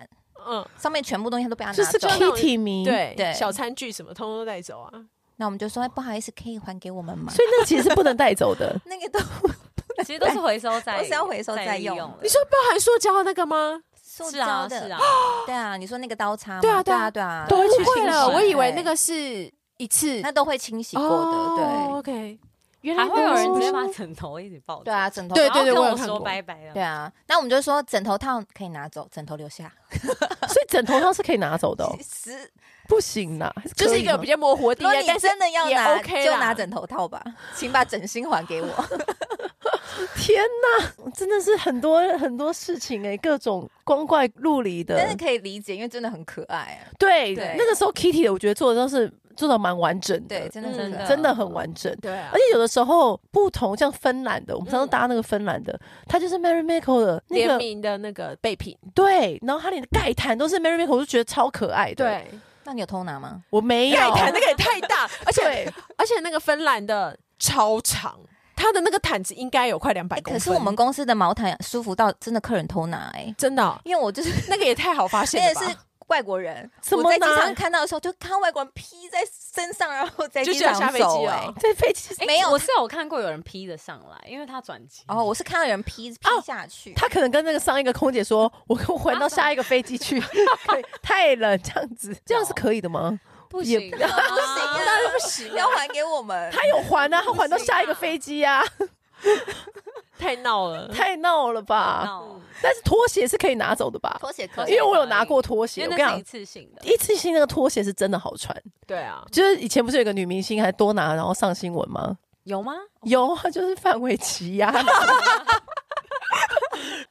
Speaker 2: 嗯，
Speaker 3: 上面全部东西都被他
Speaker 1: 就
Speaker 3: 啊拿
Speaker 1: 是
Speaker 3: 走。
Speaker 2: 就那种
Speaker 1: Kitty 迷，，
Speaker 2: 对，
Speaker 3: 对
Speaker 2: 小餐具什么通通都带走啊。
Speaker 3: 那我们就说哎不好意思，可以还给我们吗？。
Speaker 1: 所以那个其实是不能带
Speaker 2: <laughs>
Speaker 1: 走的
Speaker 3: 那个都
Speaker 4: <laughs>
Speaker 3: <laughs>
Speaker 4: 其实都是啊回收再，
Speaker 3: 都是要回收再
Speaker 4: 利
Speaker 3: 用
Speaker 4: 用的
Speaker 2: 你。说包含塑胶的那个吗？
Speaker 3: 塑
Speaker 4: 是啊
Speaker 3: 胶
Speaker 4: 是
Speaker 3: 的， <laughs>
Speaker 4: 啊，
Speaker 3: 对啊，你说那个刀叉嘛，
Speaker 2: 对啊对
Speaker 3: 对
Speaker 2: 啊
Speaker 3: 啊，对啊，
Speaker 2: 都
Speaker 4: 会去
Speaker 2: 会
Speaker 4: 清洗
Speaker 2: 了，我以为
Speaker 3: 对
Speaker 2: 那个是一次
Speaker 3: 那都会清洗过的，
Speaker 2: 哦
Speaker 3: 对，
Speaker 2: ，OK，原来
Speaker 4: 还会有人直接
Speaker 2: 吗？
Speaker 4: 把枕头一起抱走，
Speaker 3: 对啊，枕头，
Speaker 2: 对
Speaker 4: 然后
Speaker 2: 对对
Speaker 4: 跟
Speaker 2: 我有
Speaker 4: 我
Speaker 2: 看
Speaker 4: 说
Speaker 2: 过
Speaker 4: 拜拜了
Speaker 3: 对。啊，那我们就说枕头套可以拿走，枕头留下，
Speaker 1: 所以枕头套是可以拿走的哦，
Speaker 3: 实
Speaker 1: 不行啦，还
Speaker 2: 就是一个比
Speaker 1: 可以吗
Speaker 2: 较模糊的地
Speaker 3: 如果
Speaker 2: 带，
Speaker 3: 你
Speaker 2: 但是
Speaker 3: 真的要
Speaker 2: 也
Speaker 3: 拿，
Speaker 2: OK
Speaker 3: 就
Speaker 2: 啦
Speaker 3: 拿枕头套吧，请把枕芯还给我。
Speaker 1: 天哪，真的是很多很多事情哎，各种光怪陆离
Speaker 3: <laughs> 但
Speaker 1: 的
Speaker 3: 是。可以理解，因为真的很可爱啊，
Speaker 1: 对
Speaker 3: 对，
Speaker 1: 那个时候 Kitty 的我觉得做的都是做的蛮完整
Speaker 3: 对，
Speaker 1: 的，
Speaker 3: 真的
Speaker 2: 嗯
Speaker 3: 真的
Speaker 1: 真的很完整。
Speaker 2: 对啊嗯
Speaker 1: 而，且有的时候不同，像芬兰的，我们上次搭那个芬兰的，它就是 Mary Michael 的那
Speaker 2: 联
Speaker 1: 个
Speaker 2: 名的那个备 <laughs> 品，
Speaker 1: 对，然后它连盖毯都是 Mary Michael，我就觉得超可爱的。，
Speaker 2: 对，
Speaker 3: 那你有偷拿吗？
Speaker 1: 我没有
Speaker 2: 盖 <laughs> 毯那个也太大，而且
Speaker 1: 对，
Speaker 2: 而且那个芬兰的超长，它的那个毯子应该有快两百
Speaker 3: 哎
Speaker 2: 公分。
Speaker 3: 可是我们公司的毛毯舒服到真的客人偷拿哎，
Speaker 2: 真的哦、
Speaker 3: 因为我就是
Speaker 2: <laughs>
Speaker 3: <laughs>
Speaker 2: 那个也太好发
Speaker 3: 而
Speaker 2: 现
Speaker 3: 且
Speaker 2: 了
Speaker 3: 是
Speaker 2: 吧？
Speaker 3: 外国人，
Speaker 1: 怎
Speaker 3: 我
Speaker 1: 么
Speaker 3: 在机
Speaker 1: 拿
Speaker 3: 场看到的时候，就看到外国人披在身上，然后在
Speaker 2: 就
Speaker 3: 机
Speaker 2: 只有
Speaker 3: 场
Speaker 2: 下飞机
Speaker 3: 走、哎
Speaker 2: 哦，
Speaker 1: 在飞机
Speaker 4: 诶
Speaker 3: 没有
Speaker 4: 我是有看过有人披着上来，因为他转机。
Speaker 3: 哦，我是看到有人披披下去，
Speaker 1: 他可能跟那个上一个空姐说：“我跟我换到下一个飞机 <laughs> 去，可以太冷，这样子，这样是可以的吗
Speaker 4: 不
Speaker 1: 也
Speaker 4: 行，
Speaker 1: 不
Speaker 4: 不行
Speaker 3: 不行啊，
Speaker 4: <laughs>
Speaker 3: 当然不行，要还给我们？”。
Speaker 1: 他有 <laughs> 还啊，他还到下一个飞机啊，
Speaker 2: 太闹了。
Speaker 1: 太闹了
Speaker 4: <laughs>
Speaker 1: 吧！但是拖鞋是可以拿走的吧？
Speaker 3: 拖鞋可
Speaker 1: 因
Speaker 3: 以
Speaker 1: 为，我有拿过拖鞋，
Speaker 4: 因
Speaker 1: 我
Speaker 4: 为
Speaker 1: 跟你
Speaker 4: 那
Speaker 1: 讲
Speaker 4: 是一，次性的。
Speaker 1: 一次性那个拖鞋是真的好穿。
Speaker 2: 对啊，
Speaker 1: 就是以前不是有个女明星还多拿然后上新闻吗？
Speaker 4: 有吗？
Speaker 1: 有，啊，就是范玮琪 <laughs> 呀。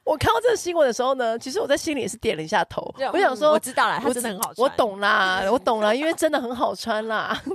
Speaker 1: 我看到这个新闻的时候呢，其实我在心里也是点了一下头
Speaker 2: 这样，
Speaker 1: 我想
Speaker 2: 嗯
Speaker 1: 说
Speaker 2: 我，知道了，它
Speaker 1: 我
Speaker 2: 真的很好穿。
Speaker 1: 我，懂啦，我懂啦，因为真的很好穿啦。 <laughs>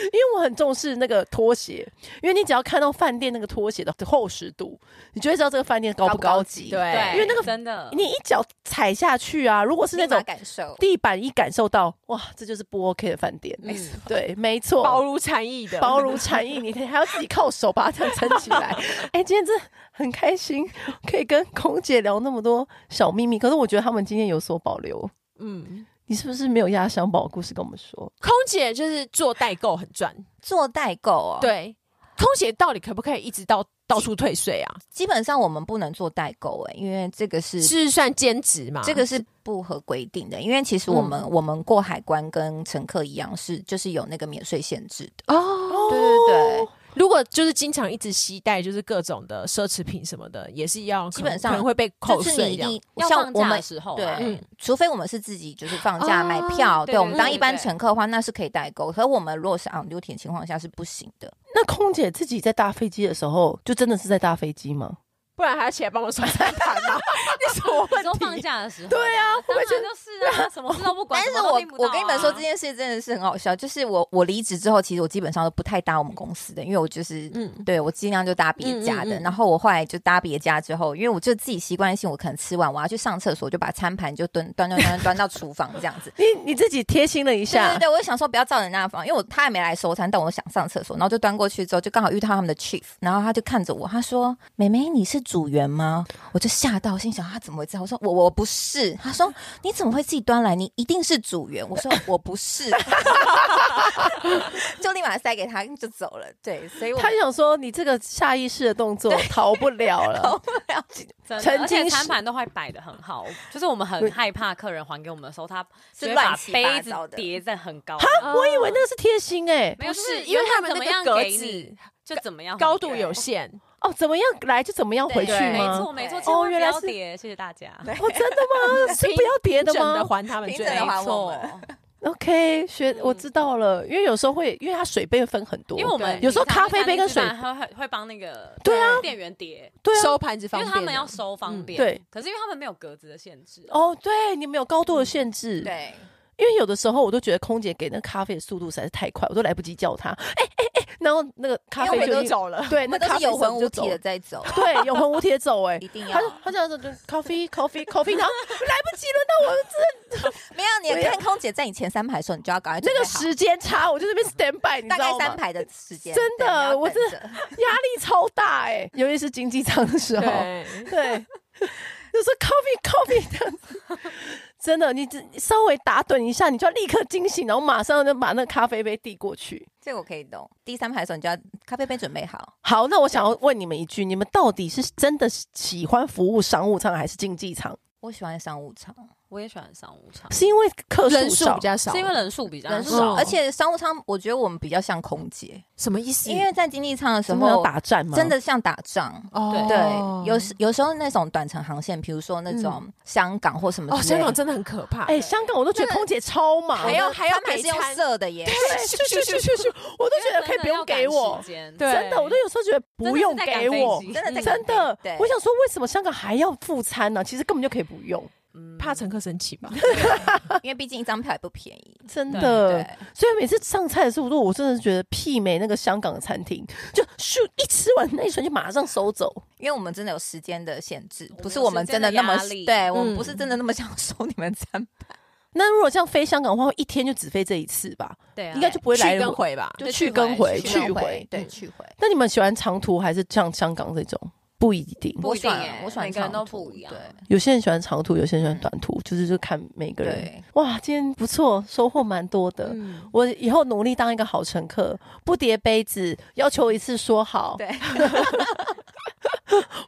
Speaker 1: 因为我很重视那个拖鞋，因为你只要看到饭店那个拖鞋的厚实度，你就会知道这个饭店高不高级。
Speaker 2: 对
Speaker 4: 对，
Speaker 1: 因为那个
Speaker 4: 真的，
Speaker 1: 你一脚踩下去啊，如果是那
Speaker 3: 立马
Speaker 1: 种
Speaker 3: 感受，
Speaker 1: 地板一感受到，哇，这就是不 OK 的饭店。
Speaker 2: 嗯，
Speaker 1: 对，没错，
Speaker 2: 薄如蝉翼的，
Speaker 1: 薄如蝉翼，你还要自己靠手把它这样撑起来。哎、今天真的很开心，可以跟空姐聊那么多小秘密。可是我觉得他们今天有所保留，
Speaker 2: 嗯，
Speaker 1: 你是不是没有压箱宝的故事跟我们说？
Speaker 2: 空姐就是做代购很赚。
Speaker 3: 做代购哦，，
Speaker 2: 对，空姐到底可不可以一直到到处退税啊？
Speaker 3: 基本上我们不能做代购哎，因为这个是
Speaker 2: 是算兼职嘛？
Speaker 3: 这个是不合规定的，因为其实我们、
Speaker 2: 嗯
Speaker 3: 我们过海关跟乘客一样是就是有那个免税限制的，
Speaker 2: 哦，
Speaker 3: 对对对，
Speaker 2: 如果就是经常一直携带，就是各种的奢侈品什么的，也是要
Speaker 3: 基本
Speaker 2: 可
Speaker 3: 上
Speaker 2: 能会被扣
Speaker 3: 就是
Speaker 2: 税
Speaker 3: 你一
Speaker 2: 这样。
Speaker 3: 定
Speaker 4: 要
Speaker 3: 像
Speaker 4: 放
Speaker 3: 我
Speaker 4: 假
Speaker 3: 们
Speaker 4: 的时候啊
Speaker 3: 对
Speaker 4: 啦，
Speaker 2: 嗯
Speaker 3: 除非我们是自己就是放假
Speaker 2: 哦
Speaker 3: 买票，
Speaker 2: 对
Speaker 3: 对我们
Speaker 2: 对
Speaker 3: 当
Speaker 4: 对
Speaker 3: 一般
Speaker 4: 对
Speaker 3: 乘客的话，那是可以代购。可是我们如果是 on duty 的情况下是不行的。
Speaker 1: 那空姐自己在搭飞机的时候，就真的是在搭飞机吗？
Speaker 2: 不然还要起来帮
Speaker 3: <laughs>
Speaker 2: 我刷餐盘吗？你什么
Speaker 4: 你说
Speaker 2: 问
Speaker 4: 放
Speaker 2: 题？
Speaker 4: 假的时候，
Speaker 1: 对啊会不
Speaker 4: 当
Speaker 1: 会
Speaker 4: 然
Speaker 1: 觉得
Speaker 4: 就是啊，
Speaker 1: <laughs>
Speaker 4: 什么事都不管。
Speaker 3: 但是
Speaker 4: 什么都
Speaker 3: 我
Speaker 4: 听不到
Speaker 3: 我跟你们说
Speaker 4: 啊
Speaker 3: 这件事真的是很好笑，就是我我离职之后，其实我基本上都不太搭我们公司的，因为我就是
Speaker 2: 嗯，
Speaker 3: 对我尽量就搭别家的。
Speaker 2: 嗯嗯嗯
Speaker 3: 然后我后来就搭别家之后，因为我就自己习惯性，我可能吃完我要去上厕所，就把餐盘就端端端端端到厨房这样
Speaker 2: <laughs>
Speaker 3: 子。
Speaker 1: 你你自己贴心了一
Speaker 3: 对
Speaker 1: 下，
Speaker 3: 对
Speaker 2: 啊
Speaker 3: 对，我就想说不要照人家的房，因为我他还没来收餐，但我想上厕所，然后就端过去之后，就刚好遇到他们的 chief，然后他就看着我，他说：“妹妹，你是组员吗？”我就吓到，心想他怎么会知道？我说：“我我不是。”他说：“你怎么会自己端来？你一定是组员。”我
Speaker 2: <laughs>
Speaker 3: 说：“我不是。” <laughs> 就立马塞给他就走了。对，所以我
Speaker 1: 他想说你这个下意识的动作 <laughs> 逃不了了。
Speaker 4: 真的
Speaker 1: 曾
Speaker 4: 而
Speaker 1: 经
Speaker 4: 且
Speaker 1: 是
Speaker 4: 餐盘都会摆的很好，就是我们很害怕客人还给我们的时候，他
Speaker 3: 是
Speaker 4: 直接
Speaker 3: 乱
Speaker 4: 把
Speaker 3: 七八
Speaker 4: 杯子
Speaker 3: 糟的
Speaker 4: 叠在很高，啊
Speaker 1: 我以为那个是贴心哎、
Speaker 4: 没
Speaker 2: 不
Speaker 4: 有
Speaker 2: 是
Speaker 4: 是
Speaker 2: 因为他们
Speaker 4: 怎么
Speaker 2: 那
Speaker 4: 样
Speaker 2: 个格
Speaker 4: 给
Speaker 2: 子
Speaker 4: 你哦就怎么样
Speaker 2: 高度有
Speaker 4: 有限。
Speaker 2: 限，
Speaker 1: 哦，怎么样来就怎么样回去
Speaker 4: 对没
Speaker 1: 吗？
Speaker 4: 错没错，
Speaker 3: 对
Speaker 4: 千
Speaker 1: 哦
Speaker 4: 万不
Speaker 1: 原来
Speaker 4: 要
Speaker 1: 是
Speaker 4: 叠，谢谢大家。
Speaker 1: 哦，真的 <laughs> 吗？是不要叠的
Speaker 2: 平整
Speaker 1: 吗
Speaker 2: 的还他们
Speaker 3: 平
Speaker 2: 最
Speaker 3: 整的还我
Speaker 2: 没错
Speaker 3: 们。
Speaker 1: ？OK，学我知道了，因为有时候会，因为它水杯分很多，
Speaker 4: 因为我们
Speaker 1: 有时候
Speaker 4: 平常
Speaker 1: 咖啡杯跟水
Speaker 4: 在餐厅吃饭会会帮那个
Speaker 1: 对
Speaker 4: 啊店员叠，
Speaker 1: 对啊，
Speaker 2: 收盘子
Speaker 4: 因
Speaker 2: 方
Speaker 4: 为
Speaker 2: 便，
Speaker 4: 他们要收方便。
Speaker 1: 嗯对，
Speaker 4: 可是因为他们没有格子的限制，
Speaker 1: 哦，对你们有高度的限制，，
Speaker 3: 对。
Speaker 1: 因为有的时候我都觉得空姐给那咖啡的速度实在是太快，我都来不及叫她，哎哎哎，然后那个咖啡
Speaker 3: 因
Speaker 1: 就
Speaker 3: 为我
Speaker 1: 已经
Speaker 3: 们
Speaker 2: 走了。
Speaker 1: 对，
Speaker 3: 我
Speaker 1: 那
Speaker 3: 们都
Speaker 1: 咖
Speaker 3: 是
Speaker 1: 啡
Speaker 3: 有魂
Speaker 1: 手
Speaker 3: 无
Speaker 1: 就
Speaker 3: 体
Speaker 1: 走
Speaker 3: 的
Speaker 1: 了，
Speaker 3: 在
Speaker 1: <laughs>
Speaker 3: 走，
Speaker 1: 对，有魂无体的走，哎
Speaker 3: <laughs> 一，定要
Speaker 1: 他。就他这样子就 coffee coffee coffee，然后
Speaker 3: <laughs>
Speaker 1: 来不及了，那我
Speaker 3: 没有，你看空姐在你前三排的时候，你就要赶快
Speaker 1: 那个
Speaker 3: 准备好嗯
Speaker 1: 时间差，我就那边 stand by，你
Speaker 3: 大
Speaker 1: 知
Speaker 3: 概
Speaker 1: 道
Speaker 3: 三
Speaker 1: 吗？
Speaker 3: 排的时间，
Speaker 1: 真的
Speaker 3: 对你要
Speaker 1: 我
Speaker 3: 等
Speaker 1: 真
Speaker 3: 着 <laughs>
Speaker 1: 压力超大哎、尤其是经济舱的时候，
Speaker 2: 对，
Speaker 1: 对，就说 coffee coffee 这样子，真的，你只稍微打盹一下，你就要立刻惊醒，然后马上就把那个咖啡杯递过去。
Speaker 3: 这个我可以懂。第三排的时候，你就要咖啡杯准备好。
Speaker 1: 好，那我想要问你们一句：你们到底是真的喜欢服务商务舱还是经济舱？
Speaker 3: 我喜欢商务舱，
Speaker 4: 我也喜欢商务舱，
Speaker 1: 是因为客
Speaker 2: 人
Speaker 1: 数
Speaker 2: 数
Speaker 1: 少
Speaker 2: 比，较少，
Speaker 4: 是因为人数比较
Speaker 3: 人数
Speaker 4: 少，
Speaker 3: 而且商务舱，我觉得我们比较像空姐，
Speaker 2: 什么意思？
Speaker 3: 因为在经济舱的时
Speaker 1: 什么要
Speaker 3: 候，
Speaker 1: 打战吗？
Speaker 3: 真的像打仗。
Speaker 2: 哦，
Speaker 3: 对，有时有时候那种短程航线，比如说
Speaker 1: 嗯
Speaker 3: 那种香港或什么
Speaker 2: 哦，
Speaker 3: 之
Speaker 2: 香
Speaker 3: 类
Speaker 2: 港
Speaker 3: 的，
Speaker 2: 真的很可怕。
Speaker 1: 哎、香港我都觉得空姐超忙，
Speaker 2: 还要
Speaker 3: 他们还是用射的耶。
Speaker 1: 对，咻咻咻咻咻，我都觉得可以不用给我，
Speaker 4: 真的
Speaker 2: 对
Speaker 4: 要赶时
Speaker 1: 真
Speaker 4: 间，
Speaker 1: 的，我都有时候觉得不用给我，
Speaker 4: 真
Speaker 3: 真的在赶
Speaker 1: 真的
Speaker 3: 飞对，
Speaker 1: 我想说为什么香港还要付餐呢？其实根本就可以不用，
Speaker 2: 怕乘客生气吧？
Speaker 3: 因为毕竟一张票也不便宜。
Speaker 1: 真
Speaker 3: 对
Speaker 1: 的。，所以每次上菜的时候，如果我真的觉得媲美那个香港的餐厅，就咻一吃完那一瞬就马上收走。
Speaker 3: 因为我们真的有时间的限制，
Speaker 4: 我
Speaker 3: 不
Speaker 4: 们
Speaker 3: 是
Speaker 4: 有
Speaker 3: 我们
Speaker 4: 时
Speaker 3: 真
Speaker 4: 间
Speaker 3: 的
Speaker 4: 的
Speaker 3: 那么
Speaker 4: 压力
Speaker 3: 对我们
Speaker 2: 嗯
Speaker 3: 不是真的那么想收你们
Speaker 1: <laughs>
Speaker 3: 餐
Speaker 1: 那如果这样飞香港的话，一天就只飞这一次吧，
Speaker 4: 对啊，
Speaker 1: 应该就不会来
Speaker 2: 去跟回吧。
Speaker 1: 就
Speaker 4: 对
Speaker 1: 去
Speaker 4: 去
Speaker 1: 跟
Speaker 4: 回
Speaker 1: 回
Speaker 4: 去
Speaker 1: 去
Speaker 3: 跟
Speaker 1: 回。
Speaker 3: 对
Speaker 2: 嗯
Speaker 3: 去回。
Speaker 1: 那你们喜欢长途还是像香港这种？不一定，
Speaker 4: 不一
Speaker 3: 我喜
Speaker 4: 定
Speaker 3: 欢
Speaker 4: 欸
Speaker 3: 我喜欢
Speaker 4: 每个人
Speaker 3: 长
Speaker 4: 都
Speaker 3: 途
Speaker 4: 不一样。啊
Speaker 3: 对
Speaker 1: 有些人喜欢长途，有些人喜欢短途，就是就看每个人。
Speaker 3: 对，
Speaker 1: 哇，今天不错，收获蛮多的。
Speaker 2: 嗯，
Speaker 1: 我以后努力当一个好乘客，不叠杯子，要求一次说好，
Speaker 3: 对，
Speaker 1: <laughs>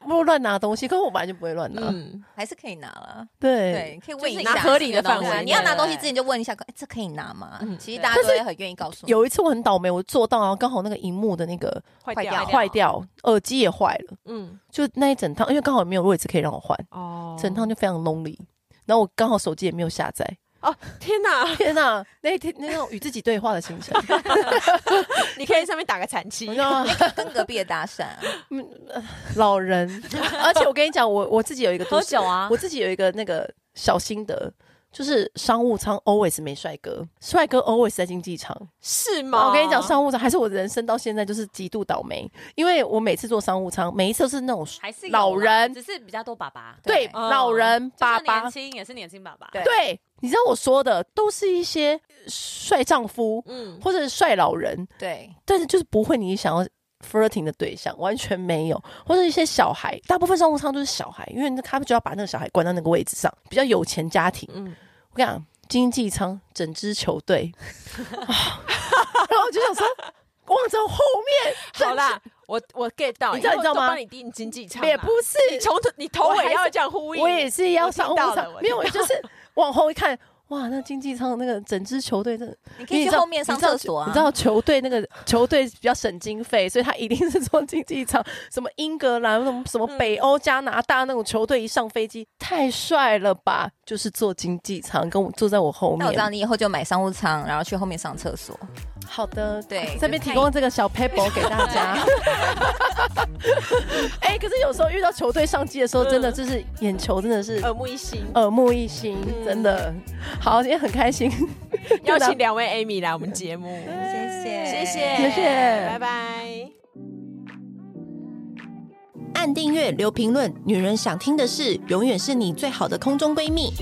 Speaker 1: 不乱拿东西。可是我本来就不会乱拿，
Speaker 2: 嗯，
Speaker 3: 还是可以拿了。
Speaker 1: 对，
Speaker 3: 对，可以问一
Speaker 4: 是
Speaker 3: 下
Speaker 2: 拿合理的
Speaker 4: 这个
Speaker 2: 范
Speaker 4: 东
Speaker 2: 围
Speaker 3: 对，
Speaker 4: 西
Speaker 2: 内，
Speaker 3: 你要拿东西
Speaker 4: 对
Speaker 3: 之前就问一下，哎，这可以拿吗
Speaker 2: 嗯？
Speaker 3: 其实
Speaker 4: 对
Speaker 3: 大家
Speaker 1: 但
Speaker 3: 都
Speaker 1: 是
Speaker 3: 会很愿意告诉你。
Speaker 1: 有一次我很倒霉，我坐到然后刚好那个荧幕的那个
Speaker 2: 坏
Speaker 3: 坏掉
Speaker 2: 掉，
Speaker 1: 坏掉，耳机也坏了，
Speaker 2: 嗯，
Speaker 1: 就那一整趟，因为刚好也没有位置可以让我换，
Speaker 2: 哦，
Speaker 1: 整趟就非常 lonely。然后我刚好手机也没有下载，
Speaker 2: 哦，天
Speaker 1: <laughs>
Speaker 2: 哪！
Speaker 1: 天哪！那一天那种与自己 <laughs> 对话的行程，
Speaker 2: 你可以上面打个残疾
Speaker 1: 我，就 <laughs>
Speaker 3: 跟隔壁的搭讪啊，
Speaker 1: 老人，而且我跟你讲，我我自己有一个
Speaker 4: 喝
Speaker 1: 多
Speaker 4: 酒啊
Speaker 1: 我，自己有一个那个小心得，就是商务舱 always 没帅哥，帅哥 always 在经济舱。
Speaker 2: 是吗？
Speaker 1: 我跟你讲，商务舱还是我人生到现在就是极度倒霉，因为我每次坐商务舱，每一次都是那种
Speaker 4: 还是有啦
Speaker 1: 老人，
Speaker 4: 只是比较多爸爸，
Speaker 1: 对哦
Speaker 2: 嗯
Speaker 1: 老人爸
Speaker 4: 就算
Speaker 1: 爸
Speaker 4: 年，轻也是年轻爸爸，
Speaker 3: 对
Speaker 1: 对，你知道我说的都是一些呃帅丈夫
Speaker 2: 嗯，
Speaker 1: 或者是帅老人，
Speaker 3: 对，
Speaker 1: 但是就是不会你想要 flirting 的对象，完全没有，或者一些小孩，大部分商务舱都是小孩，因为那他们就要把那个小孩关到那个位置上，比较有钱家庭。
Speaker 2: 嗯，
Speaker 1: 我跟你讲，经济舱整支球
Speaker 2: <laughs>
Speaker 1: 队，啊然后我就想说，望着后面，
Speaker 2: 好啦，我我 get 到，
Speaker 1: 你知道
Speaker 2: 以后
Speaker 1: 你知道吗
Speaker 2: 都帮你订经济舱啊，
Speaker 1: 也不
Speaker 2: 你
Speaker 1: 是，
Speaker 2: 从头你头
Speaker 1: 我还
Speaker 2: 尾
Speaker 1: 是
Speaker 2: 要这样呼应，
Speaker 1: 我也是要
Speaker 2: 我听
Speaker 1: 商务
Speaker 2: 到
Speaker 1: 舱
Speaker 2: 了，我
Speaker 1: 没有，
Speaker 2: 听
Speaker 1: 我就是往后一看，哇，那经济舱那个整支球队真的，
Speaker 3: 你可
Speaker 1: 因为你
Speaker 3: 以去
Speaker 1: 知道
Speaker 3: 后面上厕所啊。
Speaker 1: 你知道球队那个球队比较省经费，所以他一定是从经济舱，什么英格兰、什么什么北
Speaker 3: 嗯
Speaker 1: 欧、加拿大那种球队一上飞机，太帅了吧！就是坐经济舱，跟我坐在我后
Speaker 3: 那我知道
Speaker 1: 面。
Speaker 3: 你以后就买商务舱，然后去后面上厕所。
Speaker 1: 好的，
Speaker 3: 对
Speaker 1: 这边提供这个小 paper 给大家。 <laughs> 哎、可是有时候遇到球队上机的时候，真的
Speaker 3: 嗯
Speaker 1: 就是眼球真的是
Speaker 2: 耳目一
Speaker 1: <laughs>
Speaker 2: 新，
Speaker 1: 耳目一新，真的。
Speaker 3: 嗯
Speaker 1: 好，今天很开心，
Speaker 2: 邀请两位 Amy 来我们
Speaker 1: <laughs>
Speaker 2: 节目，
Speaker 3: 谢谢，
Speaker 2: 谢谢，
Speaker 1: 谢谢
Speaker 2: 拜拜。
Speaker 5: 按订阅，留评论，女人想听的事，永远是你最好的空中闺蜜。